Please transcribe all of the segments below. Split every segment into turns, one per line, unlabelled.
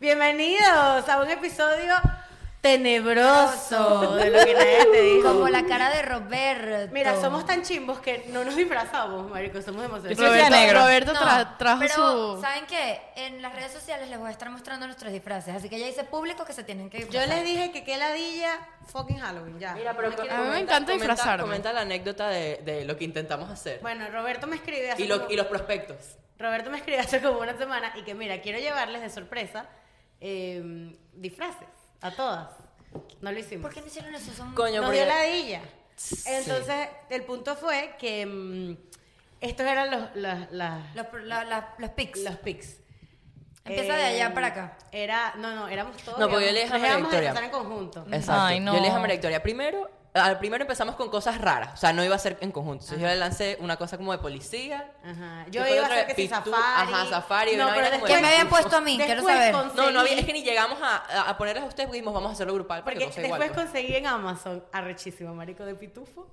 Bienvenidos a un episodio tenebroso de lo que nadie te dijo.
Como la cara de Roberto.
Mira, somos tan chimbos que no nos disfrazamos, marico, somos demasiado
Yo soy Roberto-
chimbos.
negro.
Roberto
No,
tra- trajo
pero,
su...
¿saben qué? En las redes sociales les voy a estar mostrando nuestros disfraces, así que ya hice público que se tienen que
Yo
disfrazar.
les dije que qué ladilla, fucking Halloween, ya.
Mira, pero
A mí me encanta disfrazarme.
Comenta la anécdota de, de lo que intentamos hacer.
Bueno, Roberto me escribe hace
y, lo-
como-
y los prospectos.
Roberto me escribió hace como una semana y que mira, quiero llevarles de sorpresa eh, disfraces a todas. No lo hicimos.
¿Por qué no hicieron eso? Son-
Coño,
Nos
porque-
dio ladilla. Entonces, el punto fue que mm, estos eran los, las- las-
Los, la- la- los pics.
los pics. Em,
Empieza de allá para acá.
Era, no, no, éramos todos.
No, porque yo le dije
éramos-
a
nos íbamos
María
a
Victoria.
disfrazar en conjunto.
Exacto.
Ay, no.
Yo le dije a María Victoria, primero, al primero empezamos con cosas raras, o sea, no iba a ser en conjunto. Entonces yo le lancé una cosa como de policía.
Ajá.
Y
Yo
por
iba a
otra
hacer
vez
que si
pitú,
safari.
Ajá, safari.
No, pero
una vaina como
después,
de-
¿Qué me habían puesto a mí? Quiero
después
saber.
conseguí-
No, no había, es que ni llegamos a, a- a ponerles a ustedes porque dijimos, vamos a hacerlo grupal para
Porque
que no sea igual.
después
pues.
conseguí en Amazon, arrechísimo, marico de pitufo.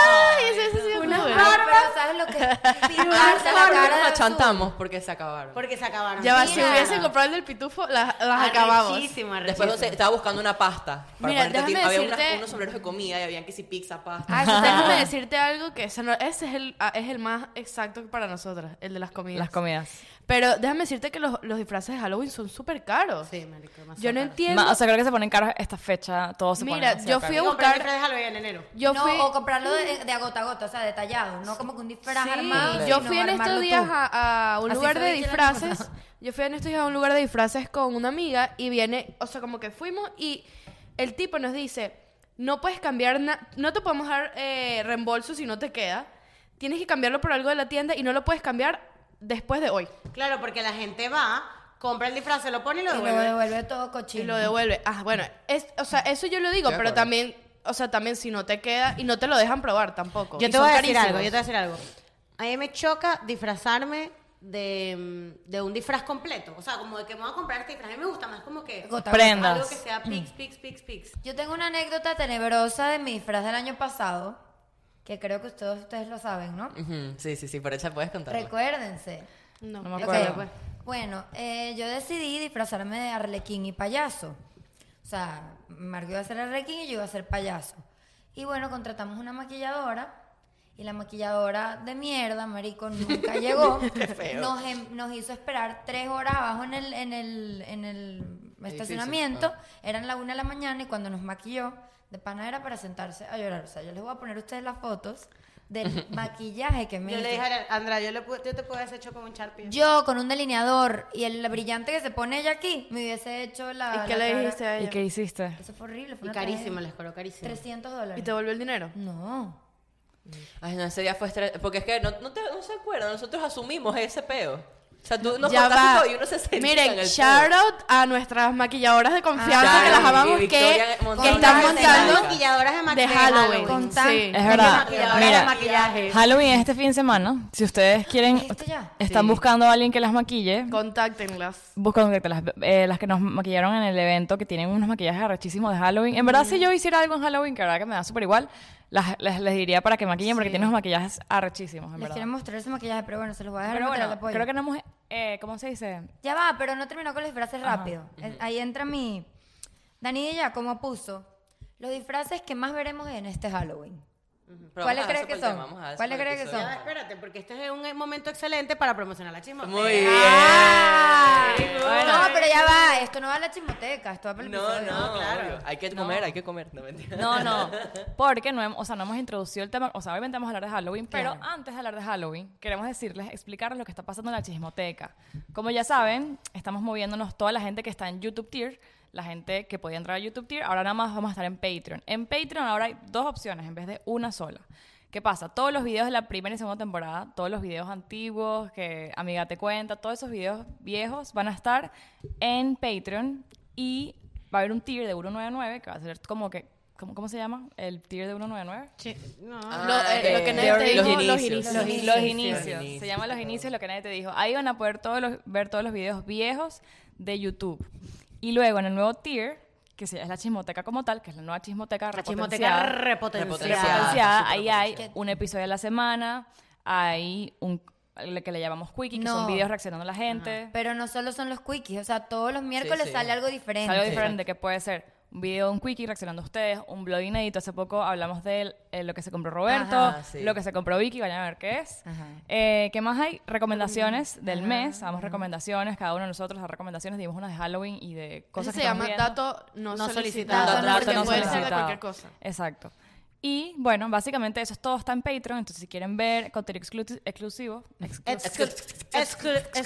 ¡Ay, ese, ese sí es muy bueno.
Ay, pero ¿sabes lo que es?
Ah,
Pintarse la
claro,
cara
nos
de
achantamos porque se acabaron.
Porque se acabaron.
Ya va,
Mira.
si hubiese comprado el del pitufo, las, las acabamos.
Arrechísimo,
Después
arrechísimo.
José estaba buscando una pasta. Para
Mira,
ponerte a ti.
déjame
había
decirte-
unas, unos sombreros de comida y habían que si pizza, pasta.
Ay,
Ah, Déjame
Susana.
decirte algo que ese, no- ese es, el, ah, es el más exacto para nosotras, el de las comidas.
Las comidas.
Pero déjame decirte que los, los disfraces de Halloween son súper caros.
Sí, marico, demasiado
Yo no
caro.
entiendo.
Ma- o sea, creo que se ponen caros esta fecha, todo se pone
Mira,
demasiado
yo fui a
caro.
Yo compré
buscar-
el disfraz de Halloween en enero.
yo
no,
fui,
o comprarlo de, de a gota a gota, o sea, detallado, no como que un disfraz
Sí,
armado.
yo
sino
fui en
armarlo
estos
tú.
días a, a un
Así
lugar de
soy, yo la misma.
disfraces. Yo fui en estos días a un lugar de disfraces con una amiga y viene, o sea, como que fuimos y el tipo nos dice, no puedes cambiar, na- no te podemos dar eh, reembolso si no te queda. Tienes que cambiarlo por algo de la tienda y no lo puedes cambiar después de hoy.
Claro, porque la gente va, compra el disfraz, se lo pone y lo
Y
devuelve.
lo devuelve todo
Y
cochino.
lo devuelve. Ah, bueno, es, o sea, eso yo lo digo,
Estoy
pero
de acuerdo.
también, o sea, también si no te queda y no te lo dejan probar tampoco.
Yo
Y
te
son
voy a decir
carísimos.
algo, yo te voy a decir algo. A mí me choca disfrazarme de, mm, de un disfraz completo. O sea, como de que me voy a comprar este disfraz. A mí me gusta más como que
Gota a gota.
Prenda.
algo que sea pix, pix, pix, pix.
Yo tengo una anécdota tenebrosa de mi disfraz del año pasado, que creo que ustedes, ustedes lo saben,
Ah.
¿no?
Ujú, Sí, sí, sí, pero esa puedes contar.
Recuérdense.
No.
No me
Ok. pues.
acuerdo.
Bueno, eh, yo decidí disfrazarme de arlequín y payaso. O sea, Marco iba a ser arlequín y yo iba a ser payaso. Y bueno, contratamos una maquilladora. Y la maquilladora de mierda, marico, nunca llegó. Nos, em- nos hizo esperar tres horas abajo en el, en el, en el estacionamiento.
ah.
Eran la una de la mañana y cuando nos maquilló, de pana era para sentarse a llorar. O sea, yo les voy a poner a ustedes las fotos del maquillaje que me
Yo le
hizo.
dije a Andra, yo, le pu- yo te puedo haber hecho como un charpie.
Yo con un delineador y el brillante que se pone ella aquí, me hubiese hecho la.
¿Y qué
Ah, la
le
cara.
dijiste a
¿Y
ella?
qué hiciste?
Eso fue horrible. Fue
Y
una
carísimo,
tragedia.
les cobro carísimo.
300
¿Y
dólares.
te devolvió el dinero?
No.
Ay, no, ese día fue estres- Porque es que no, no, te- no se acuerdan, nosotros asumimos ese peo. O sea, tú nos
Ya
contaste
va.
todo y uno se sentía en
Miren,
el
shout
peo.
out a nuestras maquilladoras de confianza
Claro,
que las
y
amamos que,
Victoria
que están
Montalvo. Montalvo.
montando
Montalvo.
maquilladoras de, ma-
de
de
Halloween.
Con tan-
Sí.
Es
Tengo
verdad.
maquilladoras de
Mira,
maquillaje.
Halloween es este fin de semana. Si ustedes quieren,
¿Dijiste ya?
están
Sí.
buscando a alguien que las maquille,
Contáctenlas.
buscan contacto. Las, eh, las que nos maquillaron en el evento, que tienen unos maquillajes arrechísimos de Halloween. En verdad, si yo hiciera algo en Halloween, que la verdad que me da súper igual, las, les, les diría para que maquillen, porque tienen unos maquillajes arrechísimos, en
Les
verdad.
quiero mostrar ese maquillaje, pero bueno, se los voy a dejar
Pero
en el
bueno,
apoyo.
creo que no hemos... eh, ¿Cómo se dice?
Ya va, pero no terminó con los disfraces rápido. Es- Ahí entra mi. Danilla, ¿cómo puso? Los disfraces que más veremos en este Halloween.
Pero
¿Cuáles
vamos a
crees
eso
que
para el
son?
tema, vamos a eso
¿Cuáles
para el
crees que
Ya,
episodio.
espérate, porque este es un momento excelente para promocionar la chisma.
Muy
Ah.
bien.
no, pero ya va. Esto no va a la chismoteca. Esto va para el
No,
episodio.
no,
claro.
claro. Hay que comer, hay que comer. No, mentira.
No, no, porque no hemos, o sea, no hemos introducido el tema, o sea, obviamente vamos a hablar de Halloween, pero
Claro.
antes de hablar de Halloween, queremos decirles, explicarles lo que está pasando en la chismoteca. Como ya saben, estamos moviéndonos toda la gente que está en YouTube Tier, la gente que podía entrar a YouTube Tier, ahora nada más vamos a estar en Patreon. En Patreon ahora hay dos opciones en vez de una sola. ¿Qué pasa? Todos los videos de la primera y segunda temporada, todos los videos antiguos, que Amiga te cuenta, todos esos videos viejos van a estar en Patreon y va a haber un tier de 199 que va a ser como que, ¿cómo, cómo se llama? El tier de 199.
Chi- no.
Ah,
Lo- eh, lo
de-
que
de
nadie te
los
dijo, los
inicios.
inicios.
inicios.
Los
Sí,
inicios.
los inicios,
Se llama Los Inicios, lo que nadie te dijo. Ahí van a poder todos los- ver todos los videos viejos de YouTube. Y luego en el nuevo tier, que se- es la chismoteca como tal, que es la nueva chismoteca
La
repotenciada,
chismoteca repotenciada.
Repotenciada.
repotenciada,
está
ahí hay
superpotenciada.
un episodio a la semana, hay un el que le llamamos quickie, que
No.
son videos reaccionando a la gente.
Pero no solo son los quickies, o sea, todos los miércoles
sí.
sale algo diferente.
algo diferente que puede ser un video de un quickie reaccionando a ustedes, un blog inédito. Hace poco hablamos de eh, lo que se compró Roberto,
Ajá, sí.
lo que se compró Vicky, vayan a ver qué es.
Ajá.
Eh, ¿Qué más hay? Recomendaciones del mes, damos recomendaciones, cada uno de nosotros da recomendaciones, dimos unas de Halloween y de
Eso
cosas
se
que estamos
llama
viendo.
dato no,
No
solicitado.
solicitado. Dato
porque
no
puede ser de
solicitado.
cualquier cosa.
Exacto. Y bueno, básicamente eso es todo está en Patreon, entonces si quieren ver contenido exclu- exclusivo,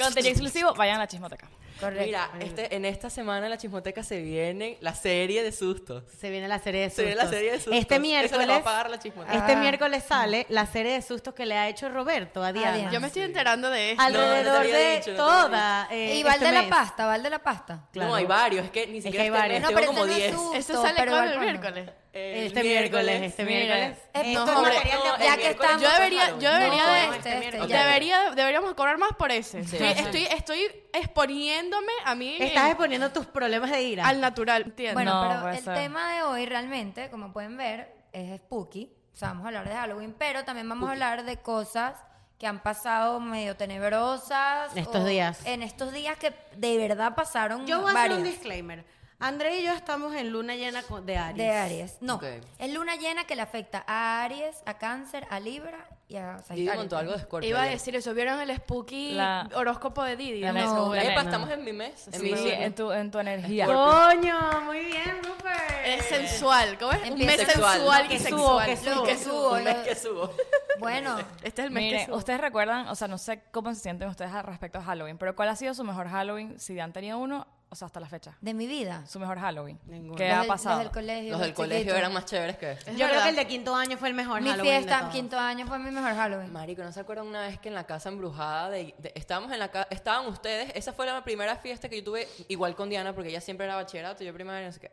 contenido exclusivo, vayan a la chismoteca.
Correcto.
Mira, este, en esta semana en la chismoteca se viene la serie de sustos.
Se viene la serie de sustos.
Se viene la serie de sustos.
Este
Eso le va a
miércoles.
pagar la chismoteca.
Este
Ah.
miércoles sale la serie de sustos que le ha hecho Roberto a Diana.
Diana.
Yo me estoy enterando de esto.
Alrededor
No, no te
de
había dicho, no te había
toda. eh,
y Val
este
E de la
mes.
pasta, Val de la pasta.
Claro.
No, hay varios, es que ni siquiera
hay
este mes,
varios.
tengo
pero
como
ese no es
10.
su-
Esto
Justo,
Este sale
pero
cuando el
igual cuando.
miércoles.
El
Este miércoles, este
mira.
miércoles.
Eh,
Esto
no,
es
hombre,
material de
no,
apoyo.
Ya que
miércoles
estamos.
Yo debería, yo
No,
debería de-
este, este,
Ok.
ya.
Debería, deberíamos cobrar más por ese.
Sí.
estoy,
Sí.
estoy, estoy exponiéndome a mí eh,
Estás exponiendo tus problemas de ira.
al natural. ¿entiendes?
Bueno,
No,
pero
puede
el
ser.
tema de hoy realmente, como pueden ver, es spooky. O sea, vamos a hablar de Halloween, pero también vamos a hablar de cosas que han pasado medio tenebrosas.
Estos
o
días.
En estos días que de verdad pasaron
Yo voy a hacer
varias.
un disclaimer. André y yo estamos en luna llena con- de Aries.
de Aries. No,
Ok.
es luna llena que le afecta a Aries, a Cáncer, a Libra y a
Yo iba
Sagitario.
con todo algo de Scorpio.
Iba a
ayer.
decir eso. ¿Vieron el spooky
La-
horóscopo de Didi?
La
No.
Nesco,
no.
la
Epa,
Nesco.
estamos en mi mes. En
Sí,
mi
sí,
mes.
en tu, en tu energía.
Coño, muy bien, Rupert.
Es sensual. ¿Cómo es? Un mes
Empieza
sexual.
sensual y
Que subo,
sexual.
que subo.
Que subo.
Un mes que subo.
Bueno,
Este es el mes que
Miren,
subo.
ustedes recuerdan, o sea, no sé cómo se sienten ustedes al respecto a Halloween, pero ¿cuál ha sido su mejor Halloween si han tenido uno, o sea, hasta la fecha?
de mi vida.
Su mejor Halloween.
Ninguno.
¿Qué
Los
ha
del-
pasado?
Los del colegio.
Los del colegio
chiquitos.
eran más chéveres que este.
Es
Yo creo
verdad.
que el de quinto año fue el mejor
Mi
Halloween de
fiesta,
todos.
quinto año, fue mi mejor Halloween.
Marico, ¿no se acuerdan una vez que en la casa embrujada de, de- estábamos en la casa, estaban ustedes, esa fue la primera fiesta que yo tuve igual con Diana porque ella siempre era bachillerato, yo primaria, no sé qué.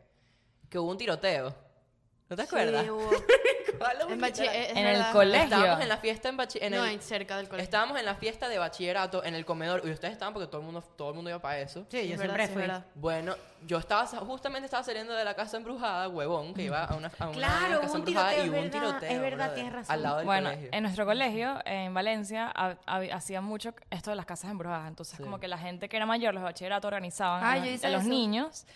Que hubo un tiroteo. ¿No te acuerdas?
Sí, hubo-
Halloween,
en bachi-
literal.
es
En el
verdad.
colegio.
Estábamos en la fiesta en bachi- en
No,
el-
en- cerca del colegio.
estábamos en la fiesta de bachillerato en el comedor y ustedes estaban porque todo el mundo todo el mundo iba para eso.
Sí, yo
Es verdad,
siempre
sí,
fui.
es verdad.
Bueno, yo estaba sa- justamente estaba saliendo de la casa embrujada, huevón, que iba a una, a una
Claro, hubo
casa
un
embrujada
tiroteo,
y hubo un
es verdad,
tiroteo.
es verdad,
brother,
tienes razón.
Al lado del
Bueno,
colegio.
en nuestro colegio, en Valencia, ha- ha- hacían mucho esto de las casas embrujadas. Entonces, como que la gente que era mayor, los de bachillerato organizaban
Ah,
a,
yo
los-
hice
a los
eso.
niños.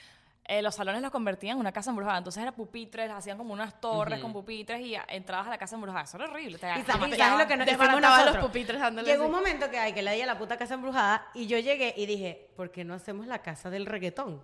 eh, los salones los convertían en una casa embrujada. Entonces, era pupitres, hacían como unas torres con pupitres y a- entrabas a la casa embrujada. Eso era horrible. Te
Y sabes,
te-
y sabes lo que nos hicimos
Desbarataban los
nosotros.
pupitres dándole
Llegó
así.
un momento que ay, que le di a la puta casa embrujada y yo llegué y dije, ¿por qué no hacemos la casa del reggaetón?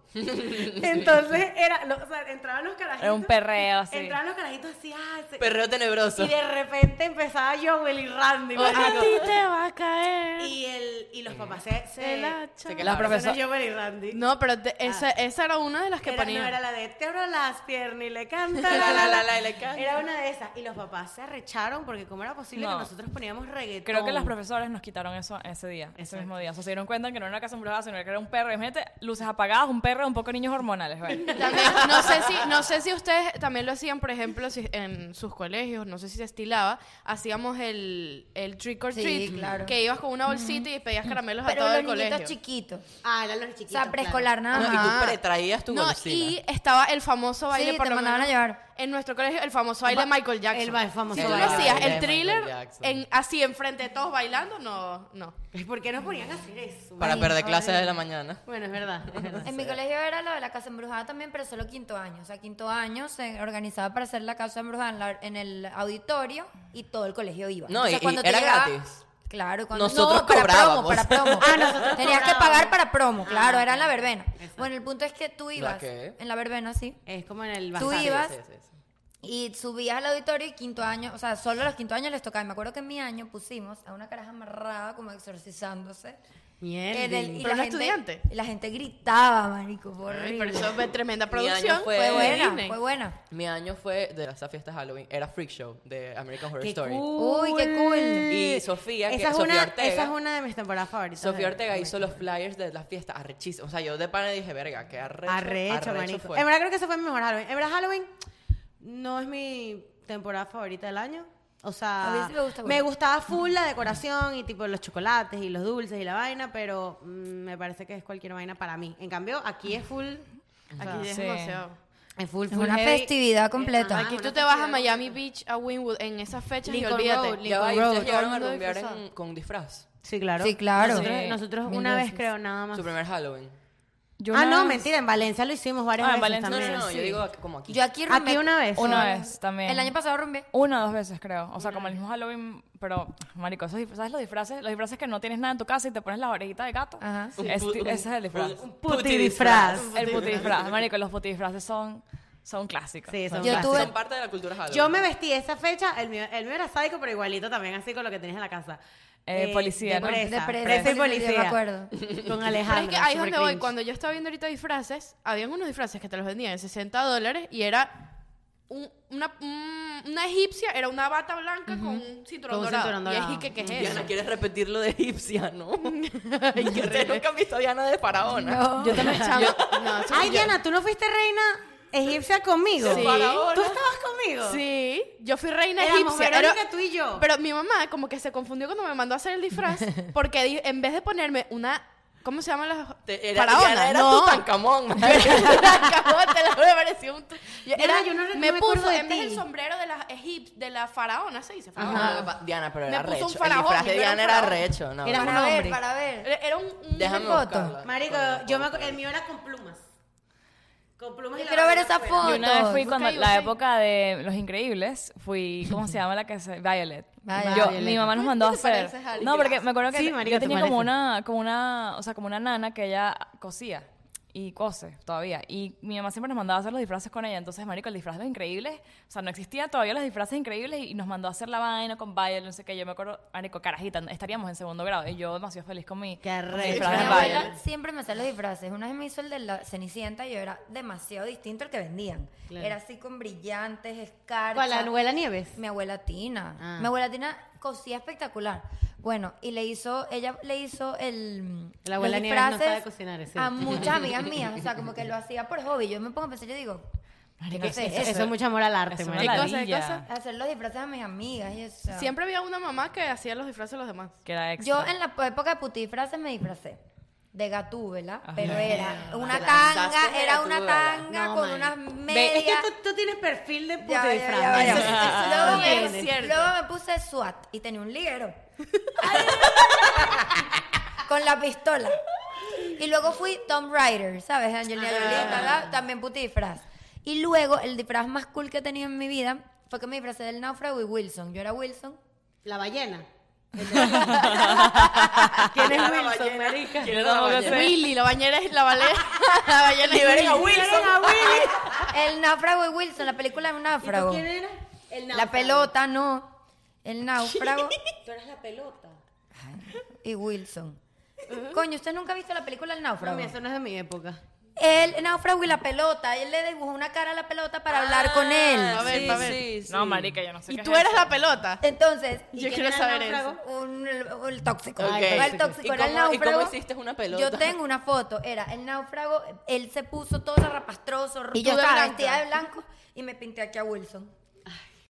Entonces era, lo- o sea, entraban los carajitos.
Era un perreo así.
Entraban los carajitos así, ah, se-
Perreo tenebroso.
y de repente empezaba Joel y
Oh,
Randy. marico.
te va a caer.
y, el, y los papás se... se- Ah,
el hacha.
Se que
La
la
profesora-
Era Joel y Randy.
No, pero te- esa, esa era una de las que
Era-
ponía.
no era la de te abro las piernas y le canta
La, la, la, la, y le canta.
Era una de esas. Y los papás se arrecharon porque cómo era posible
No.
que nosotros poníamos reggaetón.
Creo que las profesoras nos quitaron eso ese día, ese mismo día. O sea, se dieron cuenta que no era una casa embrujada, sino que era un perro. Imagínate, luces apagadas, un perro, un poco niños hormonales, ¿vale?
También, no, sé si, no sé si ustedes también lo hacían, por ejemplo, si- en sus colegios, no sé si se estilaba, hacíamos el, el trick or
Sí,
treat,
claro.
que ibas con una bolsita y pedías caramelos
pero
a todo
los
el colegio.
niñitos chiquitos.
Ah, eran los chiquitos.
o sea, preescolar
Ah,
nada
no,
más.
y tú pretraías tu
no,
golosina.
y estaba el famoso baile
Sí,
por
te
lo
mandaban
menos,
a llevar.
En nuestro colegio, el famoso baile de Michael Jackson.
el ba- el famoso
si tú lo
baile.
hacías,
Baile de
el
Michael
thriller,
Jackson.
en, así enfrente de todos bailando, no, no.
Claro. ¿Por qué nos ponían a hacer eso?
Para
Ay,
perder
ay.
clases de la mañana.
Bueno, es verdad. es verdad.
En mi colegio era lo de la casa embrujada también, pero solo quinto año. O sea, quinto año se organizaba para hacer la casa embrujada en, la- en el auditorio y todo el colegio iba.
No,
O sea,
y-
cuando
y
te
era
llegaba-
gratis.
Claro, cuando
Nosotros
no, para
cobrábamos.
promo, para promo.
Ah, nosotros
Tenías que
cobrábamos.
pagar para promo,
Ah,
claro, era en la verbena. Bueno, el punto es que tú ibas
qué?
en la verbena, sí.
Es como en el
Tú
bazar.
ibas
Sí, sí, sí.
y subías al auditorio y quinto año, o sea, solo a los quinto años les tocaba. Y Me acuerdo que en mi año pusimos a una caraja amarrada como exorcizándose.
Mierda.
En el- y
Pero
la
una
gente-
estudiante.
Y la gente gritaba, marico, por
Ay, pero eso fue tremenda
año
producción.
fue-
Fue
de
buena,
Disney.
fue buena.
Mi año fue de esa fiesta de Halloween. Era Freak Show de American Horror
Qué
Story.
cool.
Uy, qué cool.
Y Sofía, que
Esa es,
Sofía
una,
Ortega.
esa es una de mis temporadas favoritas.
Sofía
de-
Ortega hizo los flyers de la fiesta arrechísimo. O sea, yo de pana dije, verga, qué arrecho.
Arrecho, marico.
fue.
En verdad creo que ese fue mi mejor Halloween. En verdad Halloween no es mi temporada favorita del año. O sea,
A mí sí me gusta mucho.
gustaba full la decoración y tipo los chocolates y los dulces y la vaina, pero mm, me parece que es cualquier vaina para mí. En cambio, aquí es full. o sea,
Aquí es
Sí.
demasiado.
Es full,
Es
full
una
heavy.
festividad completa.
Ajá,
Aquí
una
tú te vas a
festividad
Miami Beach, a Winwood, en esas fechas y
Lincoln
olvídate.
Road,
Ya va, y
Road,
ustedes llegaron a
todo el mundo
rumbear en-
disfrazado.
con disfraz.
Sí, claro.
Sí, claro.
Nosotros,
Sí.
nosotros
Mil
una vez
veces.
creo nada más.
Su primer Halloween.
Yo
ah,
una
no,
vez-
mentira, en Valencia lo hicimos varias
Ah, en
veces
Valencia
No,
también.
no, no,
sí.
yo digo como aquí.
Yo aquí rumbeé-
Aquí una vez.
Una
sí.
vez también.
El año pasado rumbeé.
Una o dos veces, creo. O sea, como el mismo Halloween, pero, marico, esos dif- ¿sabes los disfraces? Los disfraces que no tienes nada en tu casa y te pones la orejita de gato.
Ajá.
Es- ese es el disfraz.
un
puti
puti
disfraz.
el puti disfraz. Marico, los puti disfraces son, son clásicos.
Sí, son
Yo
clásicos.
tuve-
Son parte de la cultura Halloween.
Yo me vestí esa fecha, el mío, el mío era sádico, pero igualito también, así con lo que tenías en la casa.
Eh, policía,
de
¿no?
Presa,
De presa,
presa y
sí, sí, sí,
policía.
yo me acuerdo.
Con
Pero
Alejandro.
es que ahí es
super
donde voy.
cringe.
Cuando yo estaba viendo ahorita disfraces, habían unos disfraces que te los vendían en 60 dólares y era un- una, un- una egipcia, era una bata blanca con un cinturón
Con un
dorado.
cinturón dorado.
Y es que, ¿qué es eso?
Diana, ¿quieres repetir lo de egipcia, no? Ay, que ustedes nunca han visto a Diana de faraona.
Yo también, chamo. No, eso
Ay,
yo-
Diana, ¿tú no fuiste reina egipcia conmigo?
Sí.
¿Tú estabas conmigo?
Sí, yo fui reina
Éramos
egipcia.
Verónica,
pero-
tú y yo.
Pero mi mamá como que se confundió cuando me mandó a hacer el disfraz porque di- en vez de ponerme una... ¿Cómo se llaman las...?
Te- era,
faraona,
Diana era
no.
Tutankamón.
Acabo de te la pareció un... tu- Yo
Diana,
era-
yo no re-
me
no me
puso
acuerdo de
en vez
ti.
del sombrero de la egip, de la faraona, se dice faraona.
Ah, Diana, pero era
Me puso
recho.
un
El
faraón,
disfraz de
yo era un
Diana era
faraón.
recho. No,
Era
bueno.
un
Para ver,
hombre.
para ver.
Era era un... un-
Déjame
foto.
buscarla.
Marico,
Ponla,
yo me
ponla.
acu- el mío era con plumas. Con plumas.
Yo
y la
quiero ver
vaina
esa
afuera.
foto.
Yo una vez fui
Busca
cuando
y
la
busca.
época de Los Increíbles, fui, ¿cómo se llama la que se? Violet.
Violet.
Yo-
Violet.
mi mamá nos mandó a
¿Tú te
hacer.
pareces a alguien?
No, porque me acuerdo que
Sí, marica,
yo
te
tenía como
pareces.
una, como una, o sea, como una nana que ella cosía y cose todavía. Y mi mamá siempre nos mandaba a hacer los disfraces con ella. Entonces, marico, el disfraz de Los Increíbles, o sea, no existía todavía los disfraces increíbles y nos mandó a hacer la vaina con Violet, no sé qué. Yo me acuerdo, marico, carajita, estaríamos en segundo grado y yo demasiado feliz con mi,
Qué
con mi
arrecho.
disfraz
Mi
de
Fran
abuela
Violet.
siempre me hacía los disfraces. Una vez me hizo el de la Cenicienta y yo era demasiado distinto al que vendían.
Claro.
Era así con brillantes, escarcha.
¿Cuál, la abuela Nieves?
Mi abuela Tina.
Ah.
Mi abuela Tina cosía espectacular. Bueno, y le hizo, ella le hizo el.
La abuela
los
Nieves no
disfraces
sabe cocinar, es
A
cierto.
muchas amigas mías. O sea, como que lo hacía por hobby. Yo me pongo a pensar, yo digo.
Marica,
¿qué es
Eso,
eso?
eso es mucho amor al arte,
Es una
marico.
¿Qué cosa, qué
ladilla.
cosa?
Hacer los disfraces a mis amigas. Y, o sea,
Siempre había una mamá que hacía los disfraces de los demás.
Que era extra.
Yo en la época de putifrases me disfracé de gatúbela, pero era una
Te lanzaste
tanga,
de
era una
Gatúbela.
tanga
No,
con
man.
unas
Es que
medias.
tú, tú tienes perfil de puto
Ya, ya,
disfraz.
ya, ya.
Eso sí, eso sí
Luego
lo
me-
tienes.
cierto.
Luego me puse SWAT y tenía un liguero. con la pistola. Y luego fui Tom Rider, ¿sabes? Angelina Jolie, bla, bla, también puti disfraz. Y luego el disfraz más cool que he tenido en mi vida fue que me disfracé del náufrago y Wilson. Yo era Wilson.
La ballena.
¿Quién
es
es
Wilson,
Wilson,
marica?
marica?
Yo tampoco sé.
Willy, la bañera es la balea. La ballena es
Liberen a
Willy.
Wilson.
El náufrago y Wilson, la película de
¿Y
un
tú
náufrago.
quién era? El
La
náufrago.
pelota, no. El náufrago
Tú eres la pelota.
y Wilson. Coño, ¿usted nunca ha visto la película El
No,
náufrago?
mira, eso no es de mi época.
El náufrago y la pelota. Él le dibujó una cara a la pelota para hablar con
Ah,
él.
A ver,
sí,
a ver.
sí,
No, marica, yo no sé
Y
qué
tú
es
eres
eso.
la pelota.
Entonces,
¿Y quién
Yo quiero
era el
saber eso.
náufrago?
un, el tóxico.
Ok.
El
¿Y
tóxico era el
cómo- y cómo
náufrago.
hiciste una pelota?
Yo tengo una foto. Era el náufrago. Él se puso todo rapastroso.
Y
Y
tú
yo
de
estaba
blanca.
vestida de blanco y me pinté aquí a Wilson.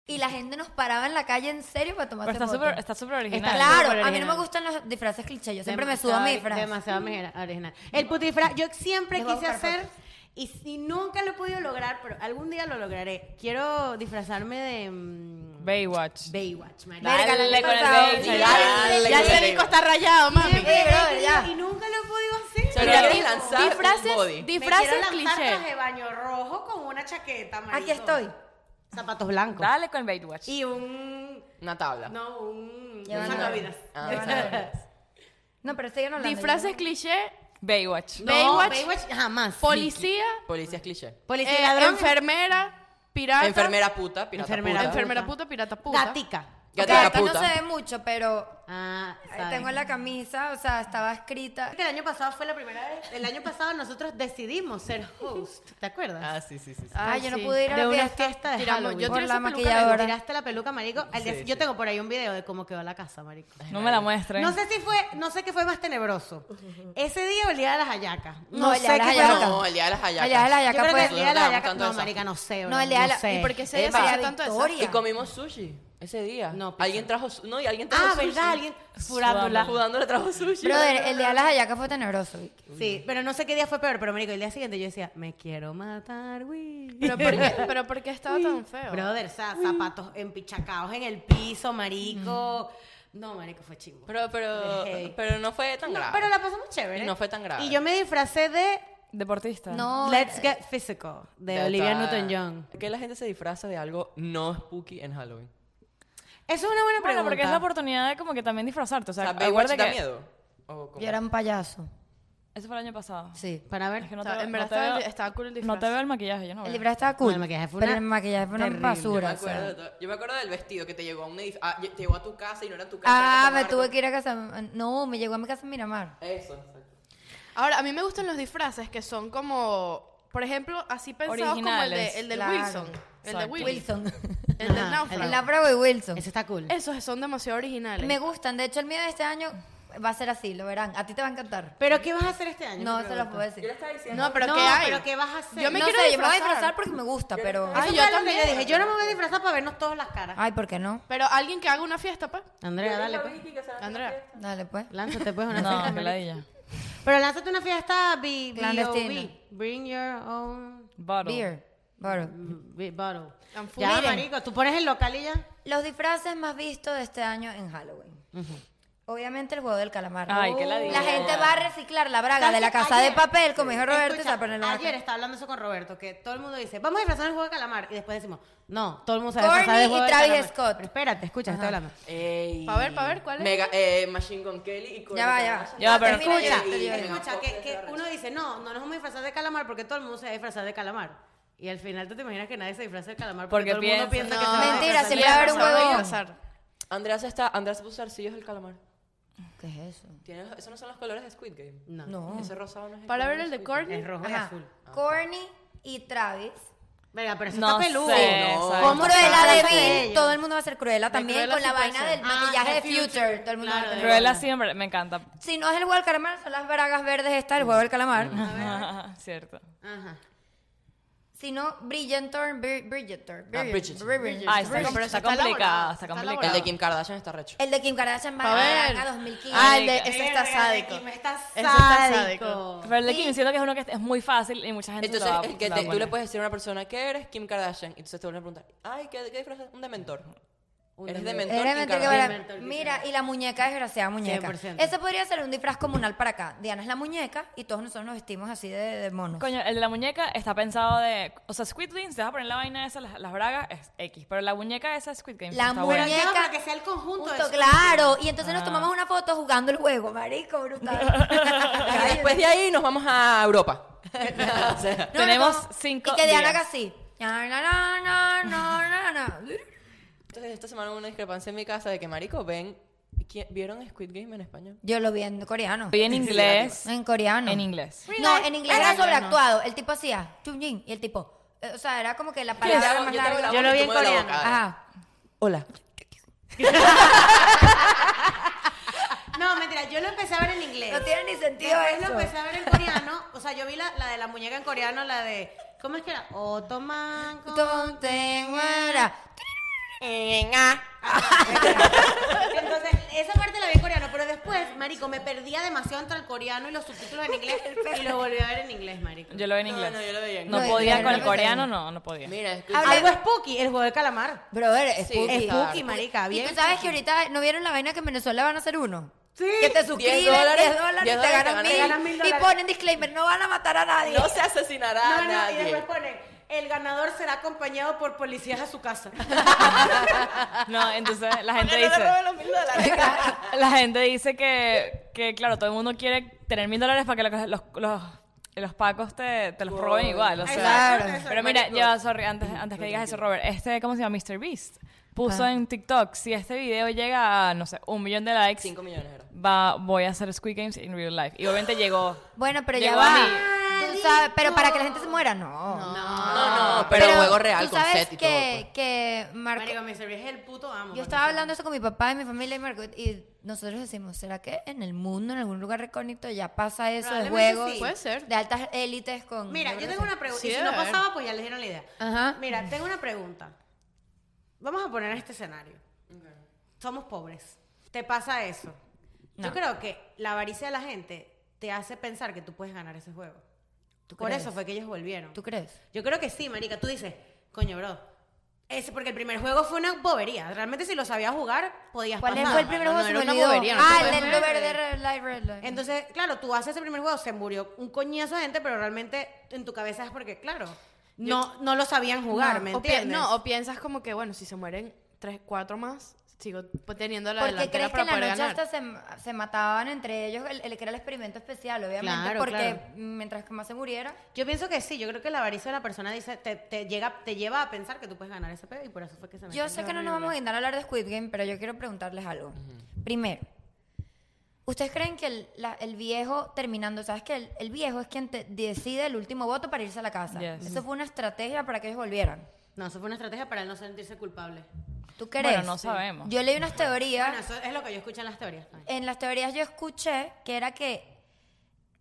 Y la gente nos paraba en la calle en serio para tomarse
Pero está
fotos.
súper está súper original.
Está
Claro,
súper
a mí no me
original.
gustan los disfraces clichés. Yo siempre me
Demasiado
sudo mi
ori-
disfraz.
Demasiado mejera- original. El putifra, yo siempre
Les voy a
quise
buscar
hacer,
fotos.
y, si nunca lo he podido lograr, pero algún día lo lograré. Quiero disfrazarme de. mm,
Baywatch.
Baywatch, marica.
Verga,
Dale
la he
con el
pasado.
Baywatch.
Y
Dale
Ya el
con el
perico
Baywatch.
está rayado, mami.
Siempre
Sí,
he
bro,
querido
ya.
Y nunca lo he podido hacer.
Pero
Mira,
quieres
di-
lanzar un body.
disfraces,
Me quiero
disfraces
lanzar
cliché.
traje de baño rojo con una chaqueta, marico.
Aquí estoy.
Zapatos blancos.
Dale con Baywatch.
Y un.
Una tabla.
No, un.
Ya
un
van a
salvavidas.
ver.
Ah,
Ya van a ver. No, pero sigan hablando.
Disfraces cliché,
Baywatch.
No,
Baywatch.
Baywatch jamás.
policía,
Policía es cliché.
Policía
eh,
y ladrón.
enfermera, pirata.
Enfermera puta, pirata
Enfermera
puta.
enfermera
puta.
puta, pirata puta.
Gatica.
Ok,
Gatica
acá no
puta.
se ve mucho, pero
Ah,
eh,
sabe.
tengo en la camisa, o sea, estaba escrita.
Creo que el año pasado fue la primera vez. El año pasado nosotros decidimos ser host. ¿Te acuerdas?
Ah, sí, sí, sí. sí.
Ay, yo no pude ir a
de
la
una
fiesta.
fiesta de
Tiramos-
Halloween.
yo
Por
tiré
la
esa peluca
maquilladora.
Tiraste la peluca, marico. Al día-
Sí,
yo
sí.
tengo por ahí un video de cómo quedó la casa, marico.
No me la muestres.
No sé si fue, no sé qué fue más tenebroso. Ese día o el día de las hallacas.
No,
No,
el
sé
día de
qué
las
fue.
hallacas.
No, el día de las
El día de
hallacas.
la
Yo
yaca
creo que
fue.
el día de las
Nosotros no
hallacas.
tanto
No,
eso.
marica, no sé.
No,
bro,
el día de la-
sé.
¿Y por qué ese día se
Eva,
hacía tanto eso?
Victoria.
Y comimos sushi. Ese día.
No, pizza.
alguien trajo. su- No, y alguien trajo.
Ah,
sushi.
¿verdad? Alguien furándola.
Sudando le trajo sushi.
Brother, el día de las hallacas fue tenebroso. Vicky.
Sí, pero no sé qué día fue peor, pero marico, el día siguiente yo decía, me quiero matar, güey.
Pero ¿por qué, pero ¿por qué estaba tan feo?
Brother, o sea, zapatos empichacados en el piso, marico. No, marico, fue chingo.
Pero, pero,
Heavy.
pero no fue tan grave.
eh, pero la pasamos chévere.
Y no fue tan grave.
Y yo me disfracé de
Deportista.
No,
Let's Get Physical, de Olivia
otra-
Newton-John.
¿Qué la gente se disfraza de algo no spooky en Halloween?
Eso es una buena pregunta.
Bueno, porque es la oportunidad de como que también disfrazarte. O
O
sea,
sea,
acuérdate
Baywatch da
que-
miedo. ¿O cómo?
yo era un payaso.
Eso fue el año pasado.
Sí.
Para ver.
Es que no te,
Estaba- en
no
verdad
te
estaba,
veo-
el- estaba cool el disfraz.
No te veo el maquillaje, yo no
El
veo.
disfraz estaba
No,
cool.
el maquillaje fue
pero
una-
el maquillaje fue una
terrible.
Yo
basura.
me
o sea.
acuerdo, de todo. yo me acuerdo del vestido que te llegó a un edificio. Ah, lle- te llegó a tu casa y no era tu casa.
Ah,
era tu
me
barco.
tuve que ir a casa. No, me llegó a mi casa en Miramar.
Eso, exacto.
Ahora, a mí me gustan los disfraces que son como, por ejemplo, así pensados como el, de,
Originales,
el del
claro.
Wilson. El de
Exacto.
Willy.
Wilson.
El del
Ajá,
náufrago.
el náufrago y Wilson.
Eso está cool.
Esos son demasiado originales.
Me gustan. De hecho, el mío de este año va a ser así, lo verán. A ti te va a encantar.
¿Pero qué vas a hacer este año?
No,
Me
se los
pregunto.
puedo decir.
Yo le estaba diciendo.
no, pero
no,
¿qué hay?
pero ¿qué vas a hacer?
Yo me
no
quiero
sé, yo me voy a
disfrazar.
disfrazar porque me gusta, pero...
Eso
Ay,
fue
yo
lo que
también.
yo dije, yo no me voy a disfrazar para vernos todos las caras.
Ay, ¿por qué no?
Pero alguien que haga una fiesta, pa.
Andrea, dale, pues.
Andrea.
Dale, pues.
Lánzate, pues, una
No,
fiesta.
me la ella.
Pero lánzate una fiesta B-
Clandestina.
B.O.B. Bring your own
Bottle.
Beer. Bottle.
b- bottle.
And food.
Ya,
Miren.
marico, tú pones el local y ya.
Los disfraces más vistos de este año en Halloween. Obviamente el juego del calamar.
Ay, qué
La
ladilla.
gente va a reciclar la braga de la
¿Sabes qué?
casa de
Ayer-
papel, como dijo Roberto, y se
Escucha,
va a poner la
Ayer estaba hablando eso con Roberto, que todo el mundo dice, vamos a disfrazar el juego de calamar. Y después decimos, no, todo el mundo sabe
Corny
disfrazar el juego
y
de
Travis
calamar.
Scott.
Pero espérate, escucha, está hablando.
Ey.
Pa' ver, pa' ver, ¿cuál es?
Mega, eh, Machine Gun Kelly y Corey
Ya va, ya va.
Kardashian.
Ya, pero
termina,
Escucha,
yo- yo- yo-
escucha, que, que uno dice, no, no nos vamos a disfrazar de calamar porque todo el mundo se va a disfrazar de calamar. Y al final tú te imaginas que nadie se disfraza de calamar porque,
Porque
todo el mundo
piensa-
piensa que
No,
se va a
mentira,
disfrazar de
siempre va a haber un
calamar.
huevo.
Andrea se está, Andrea se puso zarcillos del calamar.
¿Qué es eso?
Tiene- esos no son los colores de Squid Game.
No,
No.
Ese rosado no es
Para
color
ver el
de
de
Squid
Courtney.
es rojo y
Ajá.
azul.
Corny y Travis.
Venga, pero eso
No
está peludo.
sé,
No.
¿sabes?
¿Cómo se
Cruella de
trata de
Vil.
ellos?
Todo el mundo va a ser Cruella también
Cruella
con la
sí puede
vaina
ser.
del
Ah,
maquillaje
de
de
Future.
Future. Todo el mundo va a
Claro,
tener-
Cruella siempre me encanta.
Si no es el huevo del calamar, son las bragas verdes esta, el huevo del calamar.
Cierto.
Ajá.
Si no, Bridgerton, Brid- Bridgerton.
Ah,
Brid-
Bridgerton.
Bridgerton.
Ah, está,
Bridgerton.
compl-
Pero
está
está elaborado, está
complicada, está
Game. El
elaborado.
complicada.
de Kim Kardashian está recho.
El de Kim Kardashian
Pa'
va a
ver.
la 2015.
Ah, el de
Marica.
ese
Verga,
está
de
sádico.
Kim está
Ese está
sádico.
Pero el de Kim siento que es uno que es muy fácil y mucha gente
Entonces,
lo va,
el que
lo
te-
va a
tú le
poner.
puedes decir a una persona que eres Kim Kardashian. Y entonces te vuelven a preguntar, ay, ¿qué, qué disfraz? es? Un dementor. eres dementor.
Era
Kim
mentira que
Kardashian.
vale. Mira, y la muñeca, desgraciada muñeca.
100%.
Ese podría ser un disfraz comunal para acá. Diana es la muñeca y todos nosotros nos vestimos así de, de monos.
Coño, el de la muñeca está pensado de... O sea, Squid Game, si te vas a poner la vaina esa, las, las bragas, es X. Pero la muñeca esa es Squid Game.
La
está
Pero
buena.
muñeca-
ya, para que sea el conjunto de
Punto,
su-
claro. Y entonces nos tomamos una foto jugando el juego, marico, brutal.
Y después de ahí nos vamos a Europa. O sea,
No, no,
Tenemos
como-
cinco
Y que Diana
días.
haga así. Na, na, na, na, na, na, na.
entonces, esta semana hubo una discrepancia en mi casa de que, marico, ven... ¿quién- ¿Vieron Squid Game en español?
Yo lo vi en coreano.
Vi en inglés.
En coreano.
En inglés.
No, en inglés
Era
era sobreactuado. El tipo hacía chum yin, y el tipo, eh, o sea, era como que la palabra
hago-
más
yo te hago
larga. Ah.
la
Yo lo vi
y tú
en
mueves la
coreano.
boca, dale.
Ajá.
Hola.
No, mentira, yo lo empecé a ver en inglés.
No tiene ni sentido
Después
eso.
lo empecé a ver en coreano. O sea, yo vi la, la de la muñeca en coreano, la de. ¿Cómo es que era? Otoman. con-
Tonte, güera.
Entonces, esa parte la vi en coreano, pero después, marico, me perdía demasiado entre el coreano y los subtítulos en inglés y lo volví a ver en inglés, marico.
Yo lo vi en
No,
inglés.
no, yo lo veía en
No
inglés.
podía
No, yo
con el
lo
coreano,
veía.
no, no podía.
Mira, es
Hable-
Algo spooky, el juego del calamar.
Brother, es
Sí,
spooky.
Es
claro.
spooky, marica,
Y
bien.
tú sabes que ahorita no vieron la vaina que en Venezuela van a hacer uno.
Sí.
Que te suscribes, 10
dólares,
dólares,
10
y
dólares,
te
te
ganas mil,
ganas mil
Y
dólares.
ponen disclaimer, no van a matar a nadie.
No se asesinará
No,
a
no, y
nadie.
después ponen, el ganador será acompañado por policías a su casa.
No, entonces la
Bueno, no
gente
le
dice...
roben los mil dólares.
La gente dice que, que, claro, todo el mundo quiere tener mil dólares para que los, los, los, los pacos te, te los roben igual. O sea,
Claro.
Pero mira, ya, sorry, antes, antes que digas eso, Robert, este, ¿cómo se llama? Mr. Beast. Puso
Ah.
en TikTok, si este video llega a, no sé, un millón de likes,
5 millones era.
va, voy a hacer Squid Games in real life. Y obviamente llegó.
Bueno, pero ya
Llegó a
va.
mí.
Tú sabes, pero para que la gente se muera, no.
No, no, Ah, pero, juego real
tú
con
sabes
set y
que,
todo. pues.
que Marco,
Marico, mi servicio es el puto amo.
yo
marico.
estaba hablando eso con mi papá y mi familia y Marco y nosotros decimos, ¿será que en el mundo, en algún lugar recógnito ya pasa eso de
Probablemente
juegos
sí.
Puede ser.
de altas élites con
Mira, yo tengo una pregunta.
Sí,
y si
debe
no
haber. Ah,
pasaba, pues ya les dieron la idea.
Ajá.
Mira, tengo una pregunta. Vamos a poner este escenario. somos pobres. Te pasa eso. Yo
No.
creo que la avaricia de la gente te hace pensar que tú puedes ganar ese juego.
¿Tú
Por
crees?
eso fue que ellos volvieron.
¿Tú crees?
Yo creo que sí, marica. Tú dices, coño, bro. Es porque el primer juego fue una bobería. Realmente si lo sabías jugar, podías
¿Cuál
pasar.
fue el primer
no,
juego?
no
Se
era
me
una
olvidó.
bobería, no
ah,
se
el
puede
del
ver.
Red Dead Red Live Red Live.
Entonces, claro, tú haces el primer juego, se murió un coñazo de gente, pero realmente en tu cabeza es porque, claro, no, no lo sabían jugar,
No,
¿me
o pi-
entiendes?
No, o piensas como que, bueno, si se mueren tres, cuatro más, sigo teniendo la
Porque
delantera
crees que
para
en la
poder
noche
ganar.
hasta se, se mataban entre ellos, el, el que era el experimento especial, obviamente,
Claro,
porque
claro.
mientras que más se muriera,
Yo pienso que sí, yo creo que la avaricia de la persona dice, te, te llega, te lleva a pensar que tú puedes ganar ese pedo y por eso fue que se
yo
meten
sé
de
que no nos
horrible.
vamos a intentar hablar de Squid Game, pero yo quiero preguntarles algo. Primero, ¿ustedes creen que el, la- el viejo terminando, sabes que el, el viejo es quien te decide el último voto para irse a la casa?
Yes.
Eso fue una estrategia para que ellos volvieran.
No, eso fue una estrategia para él no sentirse culpable.
¿Tú crees?
Bueno, no sabemos.
Yo leí unas teorías.
Bueno, eso es lo que yo escuché en las teorías. también.
En las teorías yo escuché que era que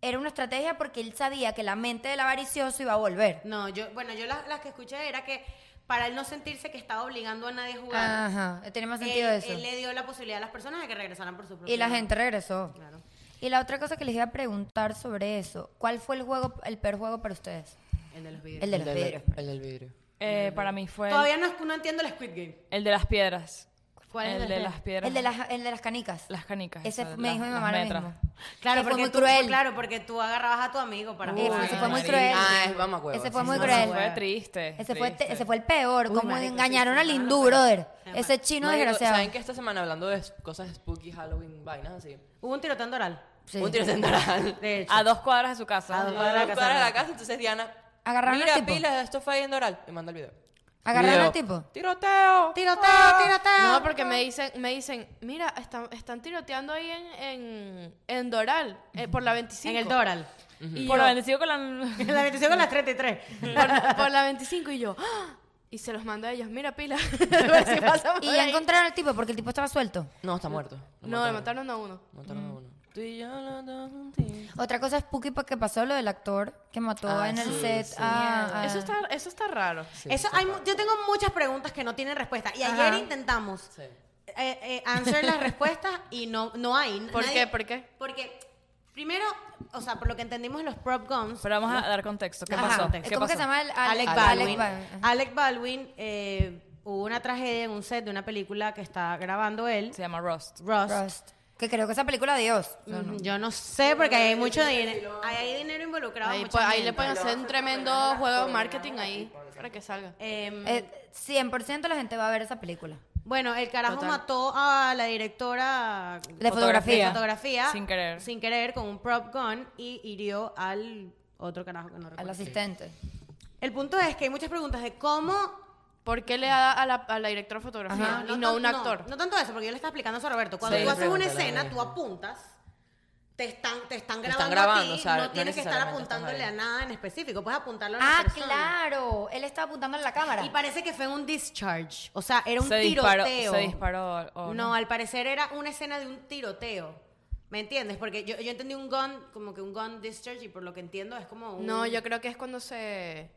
era una estrategia porque él sabía que la mente del avaricioso iba a volver.
No, yo, bueno, yo las, las que escuché era que para él no sentirse que estaba obligando a nadie a jugar,
Ajá, tiene más Ah, sentido
él,
eso.
él le dio la posibilidad a las personas de que regresaran por su propio
y la
lado.
gente regresó.
Claro.
Y la otra cosa que les iba a preguntar sobre eso, ¿cuál fue el juego, el peor juego para ustedes?
El de los videos.
El de los
del-
vidrios.
El del vidrio.
Eh, para mí fue el-
Todavía no, no entiendo el Squid Game.
el de las piedras.
¿Cuál es
el
el
de
de-
las piedras?
El de las, el de las canicas.
Las canicas.
Ese
eso,
f- me
las-
dijo mi
las
mamá ahora
metras.
mismo.
Claro,
Que fue
porque
muy
tú,
cruel.
Claro, porque tú agarrabas a tu amigo para
Eso,
jugar.
ese fue muy
marica.
cruel.
Ah, es mamacuevo.
Ese fue
Sí,
muy
sí,
cruel.
Fue triste.
Ese fue, te-
triste.
ese fue el peor,
Uy,
como
marico, sí,
engañaron
sí,
al
claro,
hindú,
pero-
brother.
Además.
Ese chino
Marico,
desgraciado.
¿Saben que esta semana hablando de cosas spooky, Halloween, vainas así?
Hubo un tiroteo en Doral.
Sí.
Un tiroteo en Doral.
De hecho.
A dos cuadras de su casa.
A dos
Para
cuadras de
la
la
casa,
casa.
la casa, entonces Diana.
Agarraron al
Mira,
tipo.
pilas, esto fue ahí en Doral. Me manda el video.
Agarraron
Video.
al tipo.
¡Tiroteo!
Tiroteo, tiroteo.
No, porque me dicen, me dicen, mira, están, están tiroteando ahí en, en, en Doral, eh, por la 25.
En el Doral.
Y
Por
yo,
lo bendecido con la...
La bendición con las 33.
por, por la 25 y yo, ¡ah! y se los mando a ellos, mira pila, a ver si pasamos
Y
por
ya
ahí.
encontraron al tipo porque el tipo estaba suelto.
No, está muerto. Lo
No, le mataron a uno.
Mataron
Mm.
a uno. Tú y yo los dos juntitos.
Otra cosa spooky pa- que pasó lo del actor que mató
Ah,
en el
sí,
set.
sí.
Ah, ah.
Eso está, eso está raro.
Eso hay, mu- yo tengo muchas preguntas que no tienen respuesta. Y ayer
Ajá.
intentamos
Sí.
eh, eh, answer las respuestas y no, no hay.
¿Por
Nadie-
qué? ¿Por qué?
Porque primero, o sea, por lo que entendimos los prop guns,
Pero vamos a dar contexto. ¿Qué
Ajá.
pasó?
¿Cómo
Eh,
¿Qué
¿Cómo que
pasó?
se llama el
Alec,
Alec
Baldwin.
Baldwin.
Ajá.
Alec Baldwin, eh, hubo una tragedia en un set de una película que está grabando él,
Se llama Rust.
Rust.
Rust. Que creo que esa película Dios. No, no.
Mm, Yo no sé, porque ahí hay mucho dinero. Ahí hay dinero involucrado.
Ahí,
mucha
pues, ahí
gente.
le pueden hacer un tremendo juego de marketing ahí para que salga.
Em,
Eh, 100% la gente va a ver esa película.
bueno, el carajo
Total.
mató a la directora
De fotografía.
de fotografía
Sin querer.
sin querer con un prop gun y hirió al otro carajo que no
Al
recuerdo.
asistente.
El punto es que hay muchas preguntas de cómo
¿Por qué le da a la, a la directora de fotografía
Ajá,
y no
tan-
un actor?
No, tanto eso, porque yo le estaba explicando eso a Roberto. Cuando
Sí,
tú haces una
pregúntale,
escena,
Roberto.
tú apuntas. Te están, te están
Te
grabando,
están
a
grabando,
ti,
o sea,
no
no
tienes que estar
necesariamente
apuntándole
estás
a
ahí.
nada en específico, puedes apuntarlo a una
Ah,
persona.
claro. Él estaba apuntando en la cámara.
Y parece que fue un discharge, o sea, era un
se disparó,
tiroteo.
se disparó. Oh, o
no, al parecer era una escena de un tiroteo. ¿Me entiendes? Porque yo, yo entendí un gun, como que un gun discharge, y por lo que entiendo es como un-
No, yo creo que es cuando se...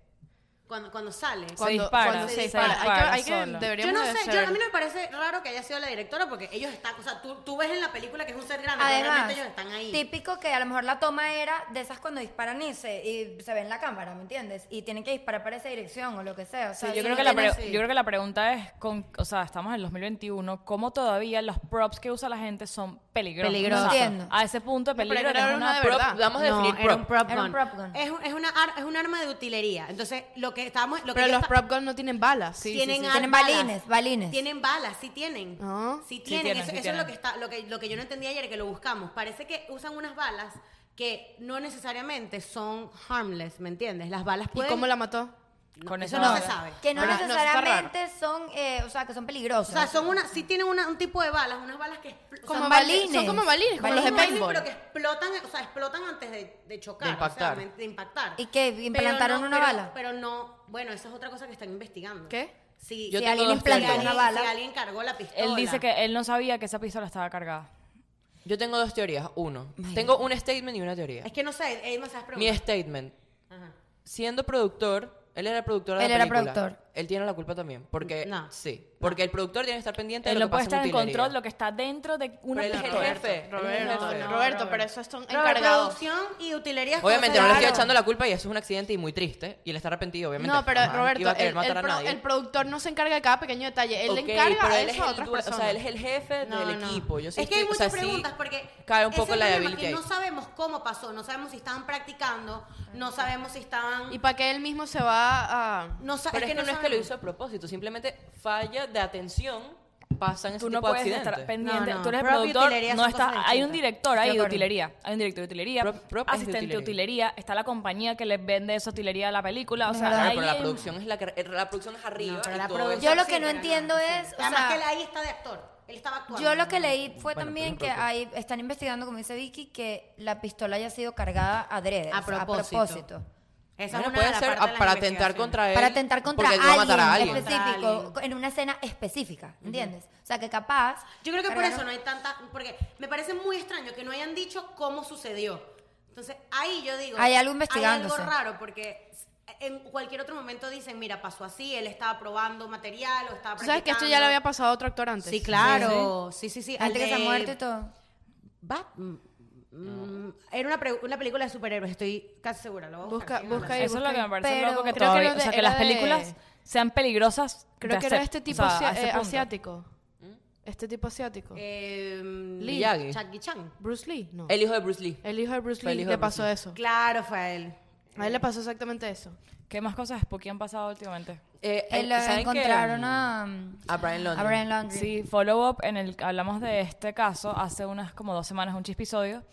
cuando, cuando sale.
Cuando
dispara,
cuando se,
se
dispara.
dispara
Hay que, hay que-
solo.
Yo
deberíamos
no
de
sé, yo,
hacer-
a mí no me parece raro que haya sido la directora porque ellos están, o sea, tú, tú ves en la película que es un ser grande, pero
Además,
realmente ellos están ahí.
típico que a lo mejor la toma era de esas cuando disparan y se, y se ve en la cámara, ¿me entiendes? Y tienen que disparar para esa dirección o lo que sea. O sea,
yo,
eso
creo
no
que la
tiene-
pre- yo creo que la pregunta es, con, o sea, estamos en el 2021, ¿cómo todavía los props que usa la gente son peligrosos?
Peligrosos.
O sea,
Entiendo.
a ese punto de
pero creo
peligro eres
que era
una
una de
prop-
verdad.
Vamos a
No,
definir
era un
prop.
prop
Era
gun.
un prop gun.
Es, un- es una ar- es un arma de utilería. Entonces, lo que estábamos... Lo
Pero
que yo
los
esta-
prop guns no tienen balas.
tienen, ar-
Tienen
balas.
balines, balines.
Tienen balas, sí tienen.
Ah.
Sí tienen.
tienen,
eso
sí
eso es
tienen.
lo que, está, lo, que, lo que yo no entendí ayer, que lo buscamos. Parece que usan unas balas que no necesariamente son harmless, ¿me entiendes? Las balas
¿Y
pueden...
cómo la mató?
No,
Con
eso
esa
no
bala.
se sabe.
Que no
Ah, no, eso está raro.
necesariamente son, eh, o sea, que son peligrosas.
O sea, son una, sí tienen una- un tipo de balas, unas balas que expl-
Como
son
bali-
balines.
Son como balines, como los de
balines,
paintball.
pero que explotan, o sea, explotan antes de, de chocar,
De impactar.
o sea, de impactar.
¿Y qué?
Pero
¿Implantaron
no-
una
pero-
bala?
Pero no, bueno, esa es otra cosa que están investigando.
¿Qué?
Si,
Yo
si
tengo
alguien
dos
implantó
teorías.
una
Si
bala, si
alguien-
alguien cargó la pistola.
Él dice que él no sabía que esa pistola estaba cargada.
Yo tengo dos teorías. Uno, tengo un statement y una teoría.
es que no sé, hay demasiadas
Mi
preguntas.
statement.
Ajá.
Siendo productor, él era productor de
Él
la
era
película.
productor.
él tiene la culpa también. Porque,
No.
sí, porque el productor tiene que estar pendiente de
Él
lo
no
que
puede
pasa
estar en
utilería.
control lo que está dentro de
Pero
una
él es el
pistola.
jefe. él es el
Roberto,
jefe.
Roberto, pero esos son
Robert,
encargados.
producción y utilerías.
Obviamente no le
cosas-
estoy
Claro.
echando la culpa y eso es un accidente y muy triste. Y él está arrepentido, obviamente.
No, pero
Ajá,
Roberto,
iba a
el,
querer matar
el
a
pro-
nadie.
el productor no se encarga de cada pequeño detalle. Él
Ok,
le encarga
pero
a
él es
eso a
el
otras
due-
personas.
O sea, él es el jefe
No,
del
no.
equipo. Yo sí
es que hay
estoy- o sea,
muchas
sí
preguntas porque
Cae un
ese
poco la
problema
de
es
Bill
que
Gates.
No sabemos cómo pasó, no sabemos si estaban practicando, no sabemos si estaban.
Y para que él mismo se va a...
no sa-
Pero es que no, es que lo
sabemos.
hizo a propósito, simplemente falla de atención pasan ese
Tú no
tipo de
puedes
accidentes.
estar pendiente.
No, no.
Tú eres el
Propio
productor.
utilería
No
son
está,
cosas
hay un
distintas.
director
Estoy
ahí de
de acuerdo.
utilería. Hay un director de utilería.
Prop- prop es de
asistente de
utilería.
utilería. Está la compañía que les vende esa utilería a la película. O sea,
Claro,
ahí
Ah, pero la
hay-
producción es la que eh, la producción es arriba
No, pero
y
la
todo
producción-
Yo
eso-
lo que
Sí,
no
pero no,
entiendo
sí.
es, o
Además
sea,
que él ahí está de actor. Él estaba actuando.
yo lo que leí fue
Bueno,
también
pero
que
no creo
ahí están investigando, como dice Vicky, que la pistola haya sido cargada adrede,
A
o sea,
propósito.
a propósito.
Esa es
Bueno,
una
puede
de las
ser
partes de
a-
las
para atentar
investigaciones.
contra él.
Para atentar contra
porque él
alguien,
va a matar a alguien.
específico.
específico,
Contra
en una escena específica, ¿entiendes? O sea, que capaz...
Yo creo que por
cargaron-
eso no hay tanta. Porque me parece muy extraño que no hayan dicho cómo sucedió. Entonces, ahí yo digo.
Hay algo
Hay
investigándose.
algo raro, porque en cualquier otro momento dicen, mira, pasó así, él estaba probando material o estaba
¿Tú
practicando.
sabes que esto ya le había pasado a otro actor antes?
Sí, claro. Sí, sí, sí. al
Gente que se ha
de-
muerto y todo.
Bat- mm, mm, Era una, pre- una película de superhéroes, estoy casi segura. Lo voy a buscar,
Busca,
sí, no
busca
la
y
sé.
Eso es lo que
busca
me
ahí.
parece
Pero-
loco que
Creo
todavía-
que era
o sea,
de-
que las
era de-
películas sean peligrosas.
Creo
de
que era
acep-
este
o
tipo
sea,
asia-
a ese
eh,
punto.
asiático.
¿Mm?
Este tipo asiático.
Eh,
Miyagi.
Jackie Chan.
Bruce Lee, no. El,
El hijo de Bruce Lee.
hijo de Bruce
Fue el
Lee
hijo
le
de Bruce
pasó
Lee.
eso.
Claro, fue a él.
A él le pasó exactamente eso.
¿Qué más cosas spooky han pasado últimamente?
Eh,
Eh,
el-
lo
¿saben qué?
encontraron a,
a Brian London.
a Brian Laundrie.
Sí, follow up en el que hablamos de este caso hace unas como dos semanas, un chispisodio,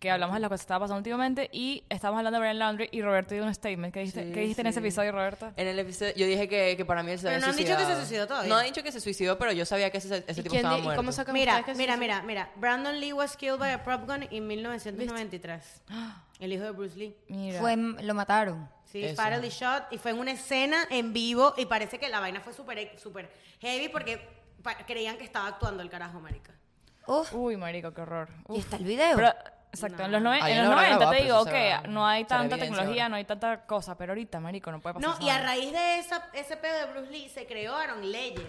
que hablamos de lo que se estaba pasando últimamente y estábamos hablando de Brian Laundry y Roberto dio un statement. ¿Qué dijiste,
Sí,
¿qué dijiste en
sí.
ese episodio, Roberto?
En el episodio yo dije que, que para mí él se
Pero
había
no han dicho que se
suicidado.
suicidó todavía.
No han dicho que se suicidó, pero yo sabía que ese, ese
¿Y,
tipo
quién
estaba
di- y
muerto.
cómo sacan
Mira,
ustedes que
mira,
se-
mira, mira. Brandon Lee was killed by a prop gun en 1993. El hijo de Bruce Lee.
Mira.
Fue, lo mataron.
Sí,
Eso.
fatally shot y fue en una escena en vivo y parece que la vaina fue súper super heavy porque pa- creían que estaba actuando el carajo, marica.
Uf,
Uy, marico, qué horror.
y
Uf.
está el video.
Pero, exacto, en los, noven-
Ahí
en
no
los
habrá
90 te
grabado, pero
digo,
eso
ok,
se va-
no hay
se hará
tanta
evidencia
tecnología,
ahora.
no hay tanta cosa, pero ahorita, marico, no puede pasar
No,
esa
y a
vaina.
raíz de esa, ese pedo de Bruce Lee se crearon leyes